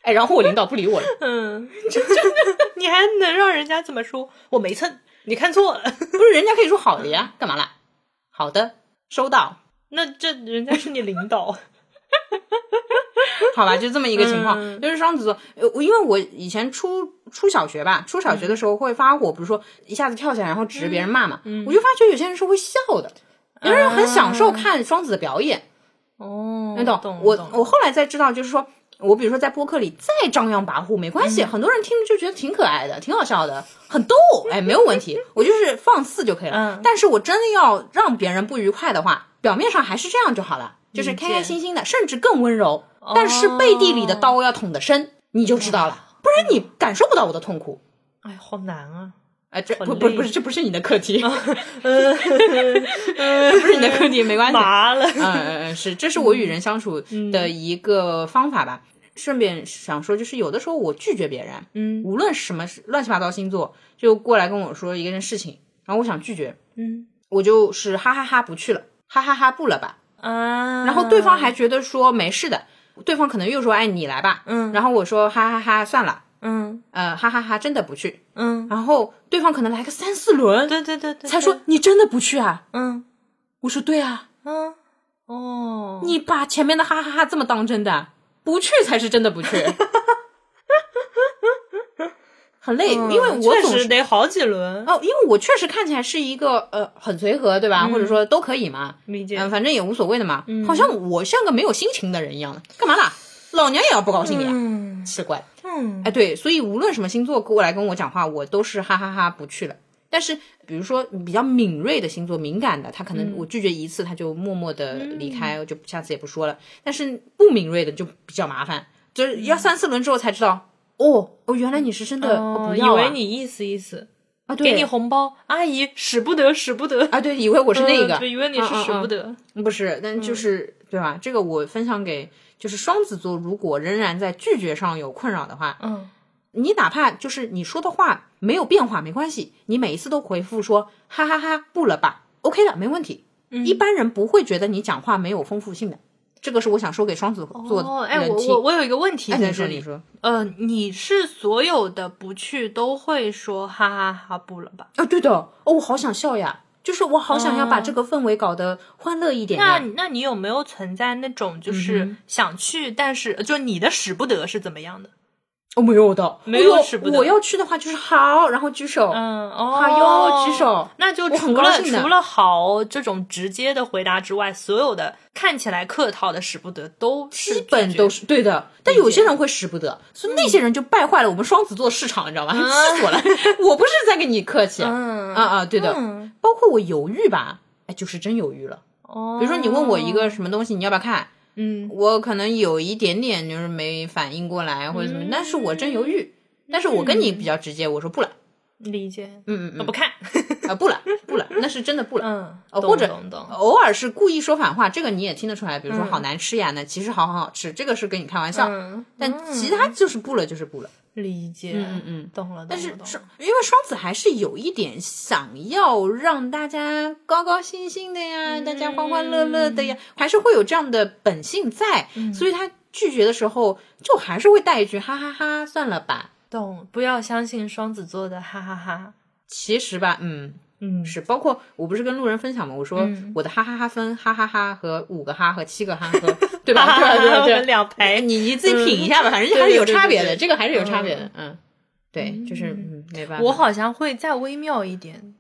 B: 哎，然后我领导不理我了，
A: 嗯，你还能让人家怎么说？我没蹭，你看错了。
B: 不是人家可以说好的呀，干嘛啦？好的，收到。
A: 那这人家是你领导，
B: 好吧，就这么一个情况，
A: 嗯
B: 就是双子座。呃，我因为我以前初初小学吧，初小学的时候会发火，比如说一下子跳起来，然后指着别人骂嘛，我就发觉有些人是会笑的，有人很享受看双子的表演，
A: 哦，
B: 你懂？
A: 懂
B: 我
A: 懂
B: 我后来才知道，就是说我比如说在播客里再张扬跋扈没关
A: 嗯
B: 系，很多人听着就觉得挺可爱的，挺好笑的，很逗，哎，没有问题，我就是放肆就可以了。
A: 嗯
B: 但是我真的要让别人不愉快的话，表面上还是这样就好了，就是
A: 理解哦
B: 开开心心的，甚至更温柔。但是背地里的刀要捅得深，你就知道了，不然你感受不到我的痛苦。
A: 哎，好难 啊！
B: 哎，这
A: 好
B: 不不
A: 累
B: 不是这不是你的课 题，
A: 嗯，
B: 这不是你的课题，没关系。
A: 呃麻 了。
B: 嗯嗯嗯，是，这是我与人相处的一个方法吧。顺便想说，就是有的时候我拒绝别人，
A: 嗯
B: 无论什么乱七八糟星座，就过来跟我说一个人事情，然后我想拒绝，
A: 嗯
B: 我就是哈哈哈不去了，哈哈哈不了吧。
A: 啊，
B: 然后对方还觉得说没事的，对方可能又说哎你来吧，
A: 嗯
B: 然后我说哈哈哈算了，
A: 嗯
B: 呃哈哈哈真的不去。
A: 嗯，
B: 然后对方可能来个三四轮，
A: 对对对对，
B: 才说你真的不去啊？
A: 嗯
B: 我说对啊，
A: 嗯哦，
B: 你把前面的哈哈哈这么当真的，不去才是真的不去，很累，因为我
A: 嗯确
B: 总
A: 实
B: 是。
A: 得好几轮，
B: 哦，因为我确实看起来是一个呃很随和，对吧？或者说都可以嘛，
A: 嗯理解嗯
B: 嗯、反正也无所谓的嘛。好像我像个没有心情的人一样的，干嘛啦？老娘也要不高兴呀，
A: 嗯
B: 奇怪。
A: 嗯
B: 哎，对，所以无论什么星座过来跟我讲话，我都是哈哈哈不去了。但是，比如说比较敏锐的星座、敏感的，他可
A: 嗯
B: 能我拒绝一次，他就默默的离开，我就下次也不说了。但是不敏锐的就比较麻烦，就是要三四轮之后才知道，哦，哦，原来你是真的、哦
A: 哦，
B: 不
A: 以
B: 要啊
A: 为你意思意思，
B: 啊，对
A: 给你红包，阿姨使不得使不得，
B: 啊，对，以为我是那个，嗯
A: 对，以为你是使不得，
B: 不是，但
A: 嗯
B: 就是、对吧？这个我分享给就是双子座，如果仍然在拒绝上有困扰的话，
A: 嗯
B: 你哪怕就是你说的话没有变化没关系，你每一次都回复说哈哈哈不了吧，OK 的，没问题。
A: 嗯
B: 一般人不会觉得你讲话没有丰富性的，这个是我想说给双子座
A: 哦，哎，
B: 人
A: 我
B: 听
A: 我我有一个问题
B: 哎，
A: 在
B: 你
A: 这
B: 说
A: 里
B: 你，说，
A: 呃，你是所有的不去都会说哈哈哈不了吧？
B: 啊，对的，哦，我好想笑呀，就是我好想要把这个氛围搞得欢乐一点呀。
A: 那那你有没有存在那种
B: 嗯
A: 就是想去，但是呃就你的使不得是怎么样的？
B: 哦，没有的，
A: 没有
B: 我
A: 使不得
B: 我要去的话就是好，然后举手，
A: 嗯哦，
B: 哎呦举手
A: 那就
B: 我
A: 除
B: 很高
A: 了
B: 兴的
A: 除了好这种直接的回答之外，所有的看起来客套的使不得都是
B: 基本都
A: 是
B: 是对的，但有些人会使不得，所
A: 嗯
B: 以那些人就败坏了我们双子座市场，你知 道吗？气死我了！ 我不是在跟你客气，啊
A: 嗯
B: 啊，对的，
A: 嗯
B: 包括我犹豫吧，哎，就是真犹豫了。
A: 哦，
B: 比如说你问我一个什么东西，你要不要看？
A: 嗯
B: 我可能有一点点就是没反应过来或者怎么，
A: 嗯
B: 但是我正犹豫。但是我跟你比较直接，我 说不了，
A: 理解，
B: 嗯嗯
A: 我
B: 嗯，
A: 不看，
B: 啊不了不了，那是真的不了。
A: 嗯，
B: 哦
A: 懂
B: 或者
A: 懂懂，
B: 偶尔是故意说反话，这个你也听得出来。比如说
A: 嗯
B: 好难吃呀，那其实好很好吃，这个是跟你开玩笑。
A: 嗯，
B: 但其他就是不了就是不了。
A: 理解，
B: 嗯嗯嗯
A: 懂了，懂了，
B: 但是
A: 懂了
B: 双，因为双子还是有一点想要让大家高高兴兴的呀，大家欢欢乐乐的呀，
A: 嗯
B: 还是会有这样的本性在，所以他拒绝的时候就还是会带一句哈哈哈，算了吧。
A: 懂，不要相信双子座的哈哈哈，
B: 其实吧，嗯，
A: 嗯，
B: 是包括我不是跟路人分享嘛，我说我的哈哈哈分哈哈哈和五个哈和七个哈和， 对吧？对吧？对吧？
A: 我
B: 对
A: 们
B: 吧？
A: 两排，
B: 你你自己品一下吧，反正还是有差别
A: 对对对对
B: 的，
A: 对
B: 这个还是有差别的，嗯，对，就是嗯，没办法。
A: 我好像会再微妙一点，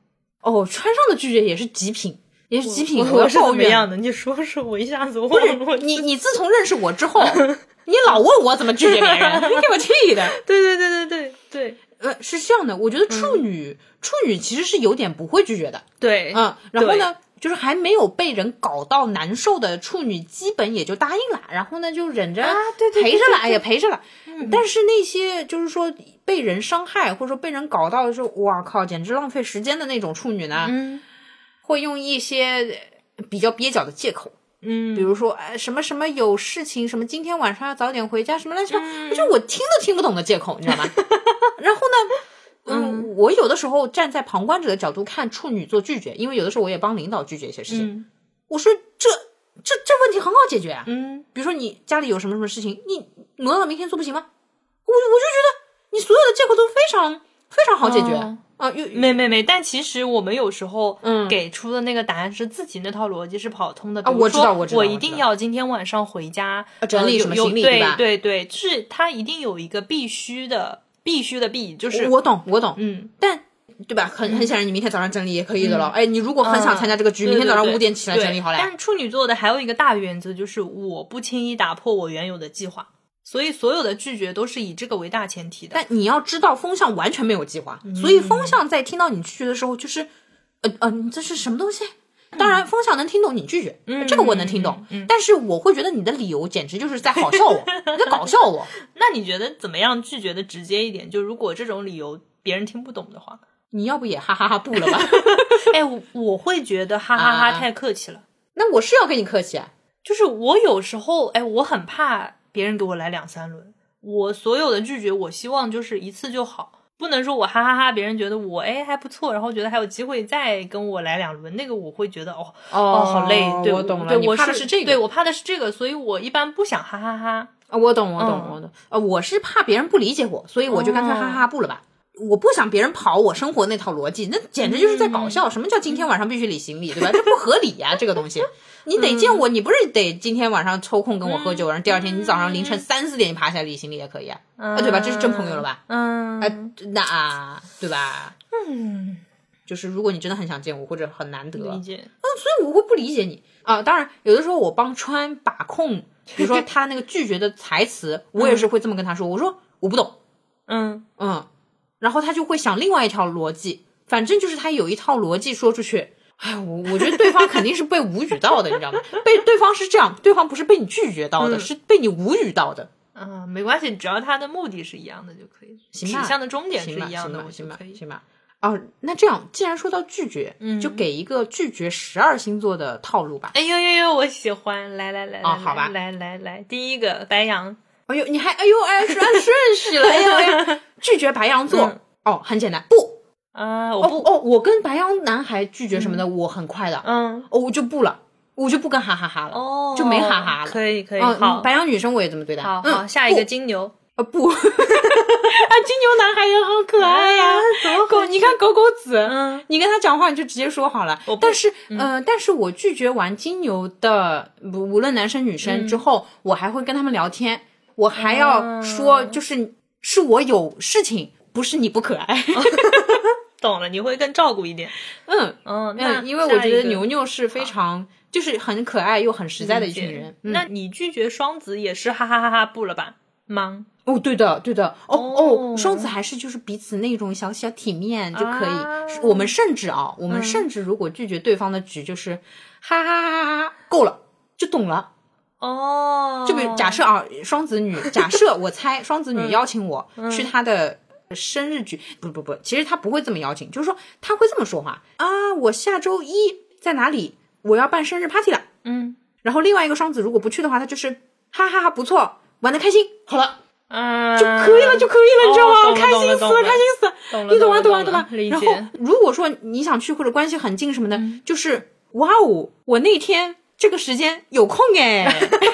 B: 哦，川上的拒绝也是极品，也是极品。
A: 我
B: 要
A: 是
B: 抱
A: 怎么
B: 怨
A: 样的？你说说，我一下子忘了我自己。
B: 你，你自从认识我之后， 你老问我怎么拒 绝别人，给我气的。
A: 对对对对对对
B: 呃，是这样的，我觉得处女、嗯处女其实是有点不会拒绝的，
A: 对，
B: 嗯，然后呢，就是还没有被人搞到难受的处女，基本也就答应了，然后呢就忍着，
A: 啊对对对嗯
B: 陪着了，也哎陪着了。但是那些就是说被人伤害，或者说被人搞到说，哇靠，简直浪费时间的那种处女呢，
A: 嗯
B: 会用一些比较蹩脚的借口。
A: 嗯，
B: 比如说，哎，什么什么有事情，什么今天晚上要早点回家，什么乱七八，
A: 嗯
B: 就我听都听不懂的借口，你知道吗？ 然后呢，嗯，我有的时候站在旁观者的角度看处女座拒绝，因为有的时候我也帮领导拒绝一些事情，
A: 嗯
B: 我说这这这问题很好解决啊，
A: 嗯
B: 比如说你家里有什么什么事情，你挪到明天做不行吗？我我就觉得你所有的借口都非常非常好解决、
A: 哦
B: 啊，又
A: 没没没，但其实我们有时候
B: 嗯
A: 给出的那个答案是自己那套逻辑是跑通的。比
B: 啊
A: 如
B: 我知道
A: 说
B: 我
A: 我
B: 知道我
A: 一
B: 知
A: 定
B: 道
A: 要今天晚上回家
B: 啊整
A: 呃
B: 理
A: 有
B: 什么
A: 有
B: 行李对
A: 对
B: 吧
A: 对对，就是它一定有一个必须的必须的必，就是
B: 我懂我懂，
A: 嗯
B: 但对吧？很很显然，你明天早上整理也可以的了。哎，你如果很想参加这个局，明天早上
A: 嗯对对
B: 五点起来整理好
A: 对但
B: 了。
A: 是处女座的还有一个大原则，就是我不轻易打破我原有的计划，所以所有的拒绝都是以这个为大前提的。
B: 但你要知道，风向完全没有计划，
A: 嗯
B: 所以风向在听到你拒绝的时候，就是，呃呃，你这是什么东西？
A: 嗯
B: 当然，风向能听懂你拒绝，这个我能听懂，但是我会觉得你的理由简直就是在好 笑我，你在搞笑我。
A: 那你觉得怎么样拒绝的直接一点？就如果这种理由别人听不懂的话，
B: 你要不也哈哈哈不了吧？
A: 哎，我我会觉得哈哈
B: 啊
A: 哈太客气了。
B: 那我是要跟你客气啊，
A: 就是我有时候，哎，我很怕别人给我来两三轮。我所有的拒绝，我希望就是一次就好，不能说我哈哈哈别人觉得我哎还不错，然后觉得还有机会再跟我来两轮，那个我会觉得哦
B: 哦
A: 哦，好累，对，
B: 我懂了
A: 对，
B: 你
A: 我
B: 怕的是
A: 是
B: 这个
A: 对我怕的是这个，所以我一般不想哈哈哈。
B: 啊，我懂，我懂，
A: 嗯
B: 我懂。呃，我是怕别人不理解我，所以我就干脆哈哈哈不了吧。我不想别人跑我生活那套逻辑，那简直就是在搞
A: 嗯
B: 笑。什么叫今天晚上必须理行李，对吧？这不合理呀、这个 东西。你得
A: 嗯
B: 见我，你不是得今天晚上抽空跟我喝酒，然后第二天你早上凌晨三四点你爬起来理行李也可以啊，
A: 嗯、
B: 啊对吧？这是真朋友了吧？
A: 嗯，
B: 啊，那啊，对吧？
A: 嗯，
B: 就是如果你真的很想见我，或者很难得，
A: 理解，
B: 所以我会不理解你啊。当然，有的时候我帮川把控，比 如说他那个拒绝的台词，我也是会这么跟他说，我说我不懂，
A: 嗯
B: 嗯，然后他就会想另外一条逻辑，反正就是他有一套逻辑说出去。哎，我我觉得对方肯定是被无语到的，你知道吗？被对方是这样，对方不是被你拒绝到的，
A: 嗯
B: 是被你无语到的。
A: 啊，没关系，只要他的目的是一样的就可以，指
B: 吧
A: 向的终点是
B: 行吧，
A: 一样
B: 行
A: 的，
B: 吧，
A: 我就
B: 行吧
A: 可，以。
B: 行吧。哦，那这样，既然说到拒绝，嗯就给一个拒绝十二星座的套路吧。
A: 哎呦呦呦，我喜欢！来来来，
B: 哦
A: 来
B: 好吧
A: 来来来，第一个白羊，
B: 哎呦，你还哎呦哎，按顺序了，哎呦哎呦，拒绝白羊座、
A: 嗯
B: 哦，很简单，不，
A: 啊，我
B: 哦
A: 不，
B: 哦，我跟白羊男孩拒绝什么的，我很快的，
A: 嗯，
B: 哦，我就不了，我就不跟哈哈哈了，
A: 哦，
B: 就没哈哈了，
A: 可以可以，
B: 嗯
A: 好，
B: 白羊女生我也这么对待，
A: 好
B: 嗯
A: 好，下一个金牛，
B: 不，啊不，啊，金牛男孩也好可爱呀、
A: 啊怎么
B: 狗，你看狗狗子，
A: 嗯
B: 你跟他讲话你就直接说好了
A: 我。不嗯
B: 但是，呃，但是我拒绝完金牛的，不无论男生女
A: 嗯
B: 生之后，我还会跟他们聊天，我还
A: 啊
B: 要说，就是是我有事情，不是你不可爱。
A: 懂了，你会更照顾一点，
B: 嗯
A: 嗯，那
B: 嗯，因为我
A: 下一
B: 觉得
A: 个
B: 牛牛是非常就是很可爱又很实在的一群人。嗯
A: 那你拒绝双子也是哈哈哈哈不了吧？忙
B: 哦，对的，对的，哦哦，
A: 哦
B: 双子还是就是彼此那种小小体面就可以。
A: 啊嗯
B: 是我们甚至啊，我们甚至如果拒绝对方的局，就是哈哈哈哈哈，够了就懂了，
A: 哦，嗯
B: 就比如假设啊，双子女，假设我猜双子女邀请我去她的生日局，不不不，其实她不会这么邀请，就是说她会这么说话啊，我下周一在哪里，我要办生日 party 了。
A: 嗯
B: 然后另外一个双子如果不去的话，他就是哈哈哈不错，玩的开心，好了
A: 嗯，
B: 就可以了，就可以了，你知道
A: 哦
B: 吗？
A: 懂了
B: 开心死
A: 懂了懂了
B: 开心死了，
A: 懂了，
B: 你懂吗？
A: 懂
B: 吗？
A: 了
B: 懂吗？
A: 理
B: 然后
A: 解。嗯
B: 如果说你想去或者关系很近什么的，就是哇哦，我那天这个时间有空 哎。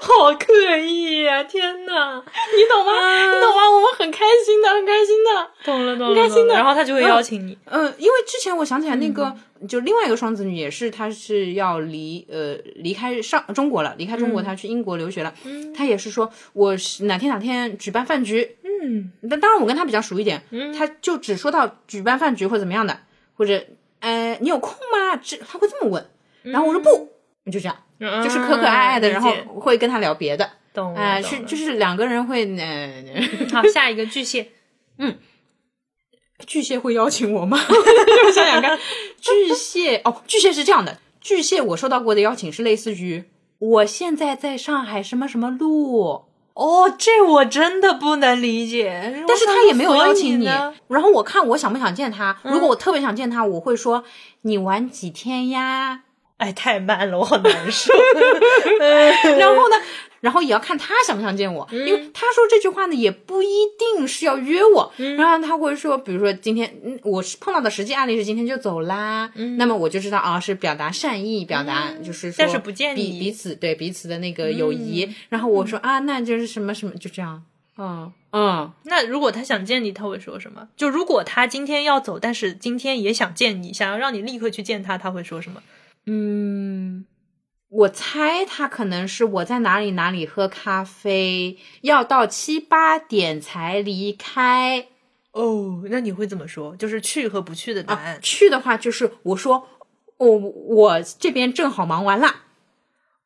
A: 好刻意呀、天哪！啊
B: 你懂吗？ 你懂吗？我们很开心的，很开心的。
A: 懂了懂了，
B: 开心
A: 懂
B: 的
A: 了然后他就会邀请你。
B: 嗯，因为之前我想起来那个，就另外一个双子女也是，她是要离呃离开上中国了，离开中国，她去英国留学了。嗯，她也是说我是哪天哪天举办饭局。
A: 嗯，
B: 但当然我跟她比较熟一点，嗯，她就只说到举办饭局或者怎么样的，或者呃你有空吗？这她会这么问，然后我说不，你就这样，
A: 就
B: 就是可可爱爱的，然后
A: 懂
B: 会跟她聊别的。
A: 了
B: 啊、
A: 嗯懂
B: 是
A: 了
B: 就是两个人会呃。
A: 好，下一个巨 蟹，
B: 巨蟹会邀请我吗？ 我想想看，巨蟹哦，巨蟹是这样的，巨蟹我收到过的邀请是类似于我现在在上海什么什么路，
A: 哦，这我真的不能理解。
B: 但是他也没有邀请
A: 你
B: 你。嗯然后我看我想不想见他，如果我特别想见他，我会说你玩几天呀？
A: 哎，太慢了，我好难 受。
B: 然后呢，
A: 嗯
B: 然后也要看他想不想见我，因为他说这句话呢，也不一定是要约我。
A: 嗯
B: 然后他会说，比如说今天，嗯，我是碰到的实际案例是今天就走啦，那么我就知道啊，是表达善意，表达就是
A: 嗯
B: 说，
A: 但是不见
B: 彼
A: 你嗯
B: 彼此对彼此的那个友谊。然后我说啊，那就是什么什么，就这样，嗯嗯，
A: 那如果他想见你，他会说什么？就如果他今天要走，但是今天也想见你，想要让你立刻去见他，他会说什么？
B: 嗯，我猜他可能是我在哪里哪里喝咖啡，要到七八点才离开。
A: 哦，那你会怎么说？就是去和不去的答案。
B: 啊去的话就是我说，我、我这边正好忙完啦。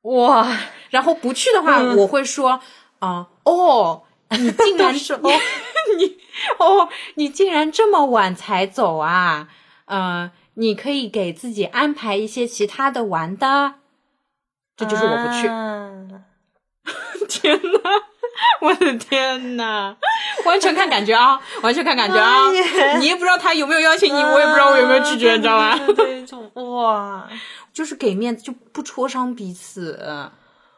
A: 哇，
B: 然后不去的话，我会说啊、哦，你竟然 你哦，你竟然这么晚才走啊？呃，你可以给自己安排一些其他的玩的。 这就是我不去。
A: 啊
B: 天呐，我的天呐，完全看感觉啊，完全看感觉啊
A: 妈耶！
B: 你也不知道他有没有邀请你， 我也不知道我有没有拒绝，
A: 啊
B: 你知道吗？
A: 对对对，就哇，
B: 就是给面子，就不戳伤彼此，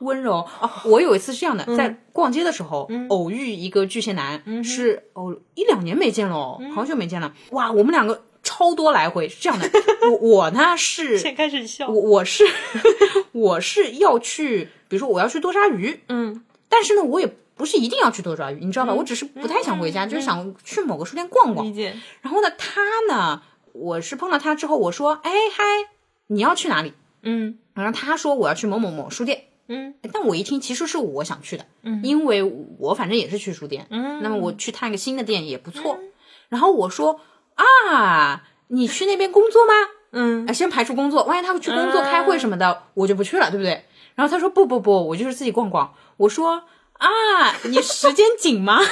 B: 温柔啊。我有一次是这样的，在逛街的时候、偶遇一个巨蟹男，是哦一两年没见了哦，好久没见了。哇，我们两个超多来回是这样的。我我 呢是，
A: 先开始笑
B: 我。我是 我是要去，比如说我要去多抓鱼，
A: 嗯
B: 但是呢我也。不是一定要去多抓鱼，你知道吧？我只是不太想回家，就是想去某个书店逛逛
A: 理。解。
B: 然后呢，他呢，我是碰到他之后，我说：“哎嗨，你要去哪里？”
A: 嗯
B: 然后他说我要去某某某书店，
A: 嗯
B: 但我一听其实是我想去的，
A: 嗯
B: 因为我反正也是去书店，
A: 嗯
B: 那么我去探个新的店也不错。然后我说啊，你去那边工作吗？
A: 嗯
B: 啊，先排除工作，万一他会去工作、
A: 嗯
B: 开会什么的，我就不去了，对不对？然后他说不不不，我就是自己逛逛。我说啊，你时间紧吗？ 你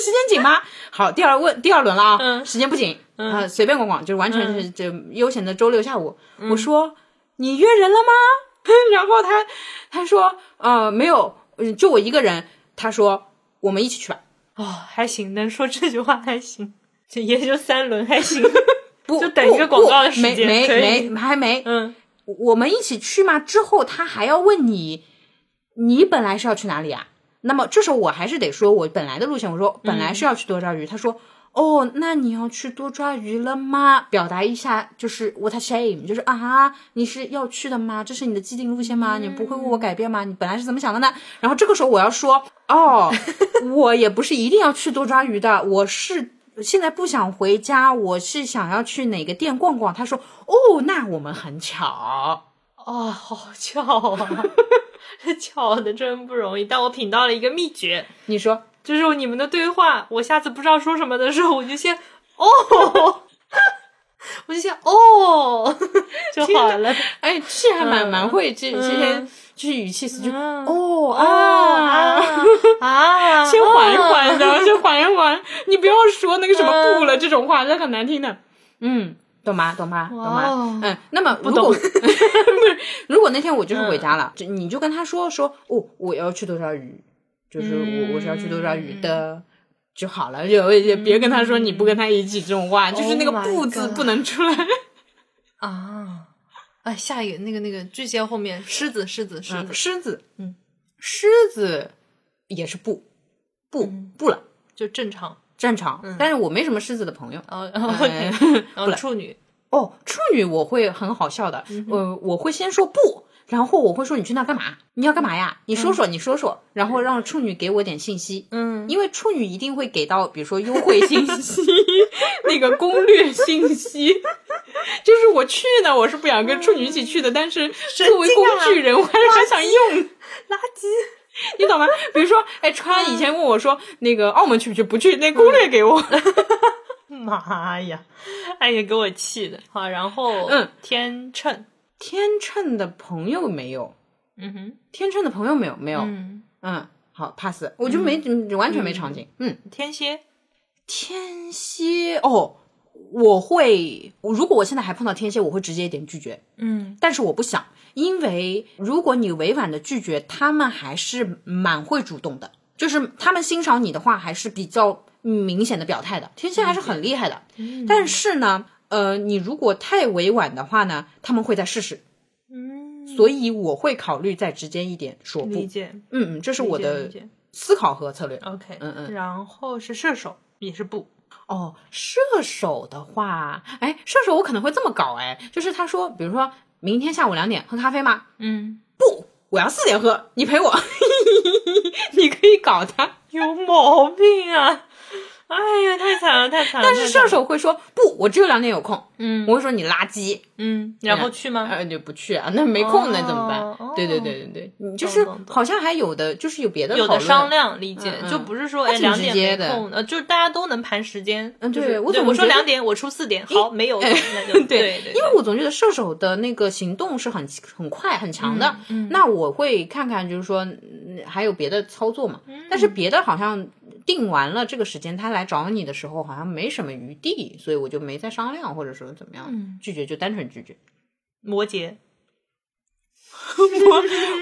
B: 时间紧吗？好，第二问第二轮了啊，
A: 嗯
B: 时间不紧啊、随便逛逛，就完全是这悠闲的周六下午。
A: 嗯
B: 我说你约人了吗？ 然后他他说呃没有，嗯就我一个人。他说我们一起去吧。
A: 哦，还行，能说这句话还行，就也就三轮还 行。
B: 不
A: 就等一个
B: 不
A: 广告的
B: 不
A: 时
B: 没
A: 间
B: 没
A: 可以
B: 没还没
A: 嗯
B: 我们一起去吗？之后他还要问你，你本来是要去哪里啊？那么这时候我还是得说我本来的路线，我说本来是要去多抓鱼，他说哦，那你要去多抓鱼了吗？表达一下就是 what a shame，就是啊，你是要去的吗？这是你的既定路线吗？你不会为我改变吗？你本来是怎么想的呢？然后这个时候我要说哦，我也不是一定要去多抓鱼的，我是。现在不想回家，我是想要去哪个店逛逛。他说：“哦，那我们很巧。”
A: 哦，好巧啊！ 这巧的真不容易，但我品到了一个秘诀，
B: 你说
A: 就是你们的对话，我下次不知道说什么的时候，我就先哦， 我就先哦 就好了。
B: 哎，这还蛮
A: 嗯
B: 蛮会这这些
A: 嗯
B: 就是语气词，就
A: 嗯
B: 哦
A: 啊
B: 啊，
A: 啊！
B: 先缓一缓，
A: 的，
B: 然后先缓一缓，你不要说那个什么不了这种话，这很难听的。嗯，懂吗？懂吗？懂
A: 哇哦
B: 吗？嗯，那么如果
A: 懂嗯
B: 不是，如果那天我就是回家了，就你就跟他说说，哦，我要去多少鱼，就是
A: 嗯
B: 我我是要去多少鱼的。就好了，就也别跟他说你不跟他一起这种话，就是那个
A: Oh my
B: 不字
A: God
B: 不能出来。
A: 啊。哎，下一个那个那个巨蟹后面狮子狮子狮子、
B: 狮子，
A: 嗯，
B: 狮子也是不不
A: 嗯
B: 不了，
A: 就正常，
B: 正常。
A: 嗯
B: 但是我没什么狮子 的朋友，
A: 然后然后、
B: 哎
A: 然后处女
B: 哦，处女我会很好笑的，
A: 嗯
B: 呃，我会先说不，然后我会说你去那干嘛？你要干嘛呀？你说说，你说说，然后让处女给我点信息，
A: 嗯，
B: 因为处女一定会给到，比如说优惠信 息，那个攻略信息， 就是我去呢，我是不想跟处女一起去的，但是作为
A: 嗯经
B: 工
A: 啊
B: 具人，我还是很想用。
A: 垃圾，
B: 你懂吗？比如说，哎，川以前问我说，
A: 嗯
B: 那个澳门去不去？不去，那攻略给我。
A: 妈呀，哎呀，给我气的。嗯好，然后
B: 嗯，
A: 天秤，
B: 天秤的朋友没有，
A: 嗯哼，
B: 天秤的朋友没有，没有，嗯，
A: 嗯，
B: 好 pass，我就没、完全没场景。嗯，
A: 天蝎，
B: 天蝎哦，我会，如果我现在还碰到天蝎，我会直接一点拒绝，
A: 嗯
B: 但是我不想，因为如果你委婉的拒绝，他们还是蛮会主动的，就是他们欣赏你的话，还是比较明显的表态的。天蝎还是很厉害的，
A: 嗯
B: 但是呢，呃，你如果太委婉的话呢，他们会再试试。
A: 嗯，
B: 所以我会考虑再直接一点说不
A: 理，解，
B: 嗯嗯，这是
A: 理
B: 我
A: 解
B: 的
A: 理解
B: 思考和策略。
A: ，OK，
B: 嗯嗯
A: 然后是射手，也是不，
B: 哦，射手的话，哎，射手我可能会这么搞，哎，就是他说，比如说明天下午两点喝咖啡吗？
A: 嗯，
B: 不，我要四点喝，你陪我， 你可以搞他。
A: 有毛病啊！ 哎呀，太惨了，太惨了。
B: 但是
A: 太惨
B: 射
A: 了，
B: 手会说不，我只有两点有空，
A: 嗯
B: 我会说你垃圾，
A: 嗯，然后去吗？
B: 呃，就不去啊，那没空那
A: 哦
B: 怎么
A: 哦
B: 办？对对对对对，你就是
A: 懂懂懂
B: 好像还有的，就是有别的
A: 有
B: 讨
A: 的
B: 论
A: 商，量理解，
B: 嗯嗯
A: 就不是说
B: 他
A: 哎
B: 挺
A: 两
B: 直
A: 点
B: 接
A: 没
B: 的
A: 空，呃，就是大家都能盘时间。
B: 嗯
A: 就是
B: 对我
A: 对
B: 怎
A: 我
B: 么
A: 说
B: 觉得哎
A: 两点，我出四点，好，没有，那就对对，
B: 因为我总觉得射手的那个行动是很很快很强的，
A: 嗯
B: 那我会看看就是说嗯还有别的操作嘛，
A: 嗯
B: 但是别的好像定完了这个时间，他来找你的时候好像没什么余地，所以我就没再商量或者说怎么样，
A: 嗯
B: 拒绝就单纯拒绝。
A: 摩羯，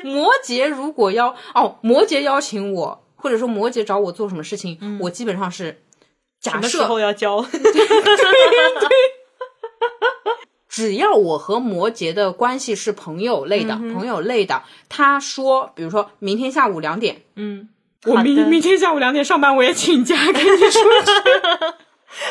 B: 摩羯如果要哦，摩羯邀请我，或者说摩羯找我做什么事情，我基本上是
A: 嗯什
B: 假
A: 么时
B: 设
A: 候要交？
B: 只要我和摩羯的关系是朋友类的，
A: 嗯
B: 朋友类的，他说，比如说明天下午两点，
A: 嗯，
B: 我
A: 好的
B: 明明天下午两点上班，我也请假跟 你说。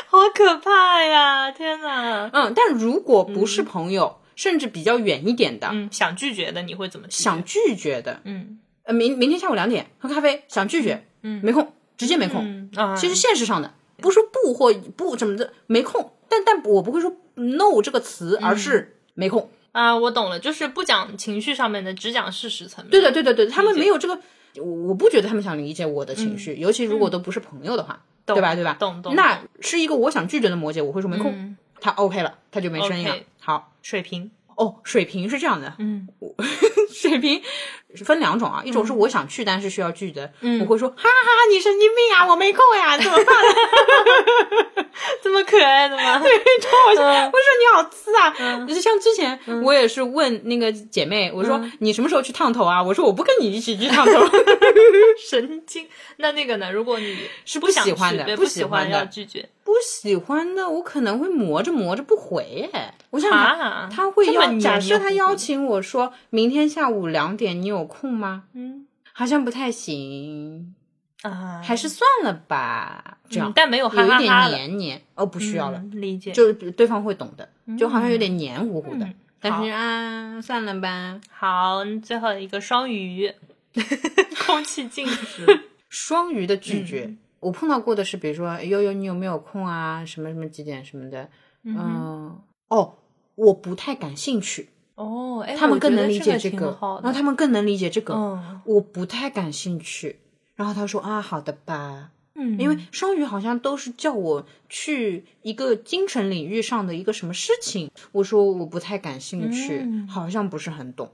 A: 好可怕呀！天哪，
B: 嗯，但如果不是朋友，甚至比较远一点的，
A: 嗯，想拒绝的你会怎么拒绝？
B: 想拒绝的，
A: 嗯
B: 呃，明明天下午两点喝咖啡，想拒绝，嗯，没空，直接没空。
A: 嗯啊，
B: 其实现实上的不说不或不怎么的没空，但但我不会说 no 这个词，
A: 嗯
B: 而是没空。
A: 啊，我懂了，就是不讲情绪上面的，只讲事实层面。
B: 对的，对的，对的，他们没有这个，我我不觉得他们想理解我的情绪，尤其如果都不是朋友的话，对吧？对吧？
A: 嗯懂懂
B: 那是一个我想拒绝的摩羯，我会说没空，他 OK 了，他就没声音了。
A: OK
B: 好，
A: 水平，
B: 哦，水瓶是这样的，
A: 嗯，
B: 水瓶是分两种啊，一种是我想去但是需要拒绝，
A: 嗯
B: 我会说哈哈，你神经病啊，我没空呀，怎 么办？
A: 这么可爱的 吗？
B: 超好笑！
A: 嗯
B: 我说你好刺啊！就像之前我也是问那个姐妹，我
A: 嗯
B: 说你什么时候去烫头啊？我说我不跟你一起去 烫头，
A: 神经。那那个呢？如果你
B: 是
A: 不想
B: 喜欢
A: 去
B: 的
A: 对，
B: 不
A: 不
B: 喜欢
A: 欢
B: 的
A: 要拒绝
B: 不喜欢的，我可能会磨着磨着不回。哎，我想想看，
A: 啊。
B: 他会
A: 这么
B: 邀，
A: 黏
B: 假设
A: 黏
B: 他
A: 糊
B: 邀
A: 糊，
B: 请我说明天下午两点你有空吗？
A: 嗯
B: 好像不太行，
A: 啊，
B: 还是算了吧。这样
A: 嗯但没有哈
B: 有一
A: 哈哈
B: 点
A: 了，
B: 黏黏，哦，不需要了，
A: 嗯理解。
B: 就是对方会懂的，就好像有点黏糊糊的。
A: 嗯
B: 但是啊，算了吧。
A: 好，最后一个双 鱼，空气净值。
B: 双鱼的拒绝，嗯我碰到过的是，比如说哎悠悠，你有没有空啊？什么什么几点什么的，嗯、哦，我不太感兴趣，
A: 哦，哎，
B: 他们
A: 我
B: 更
A: 觉
B: 能
A: 得
B: 理解这
A: 挺
B: 个，
A: 好
B: 然后
A: 的。
B: 他们更能理解这个，
A: 嗯
B: 我不太感兴趣。然后他说啊，好的吧，
A: 嗯，
B: 因为双鱼好像都是叫我去一个精神领域上的一个什么事情，我说我不太感兴趣，
A: 嗯
B: 好像不是很懂。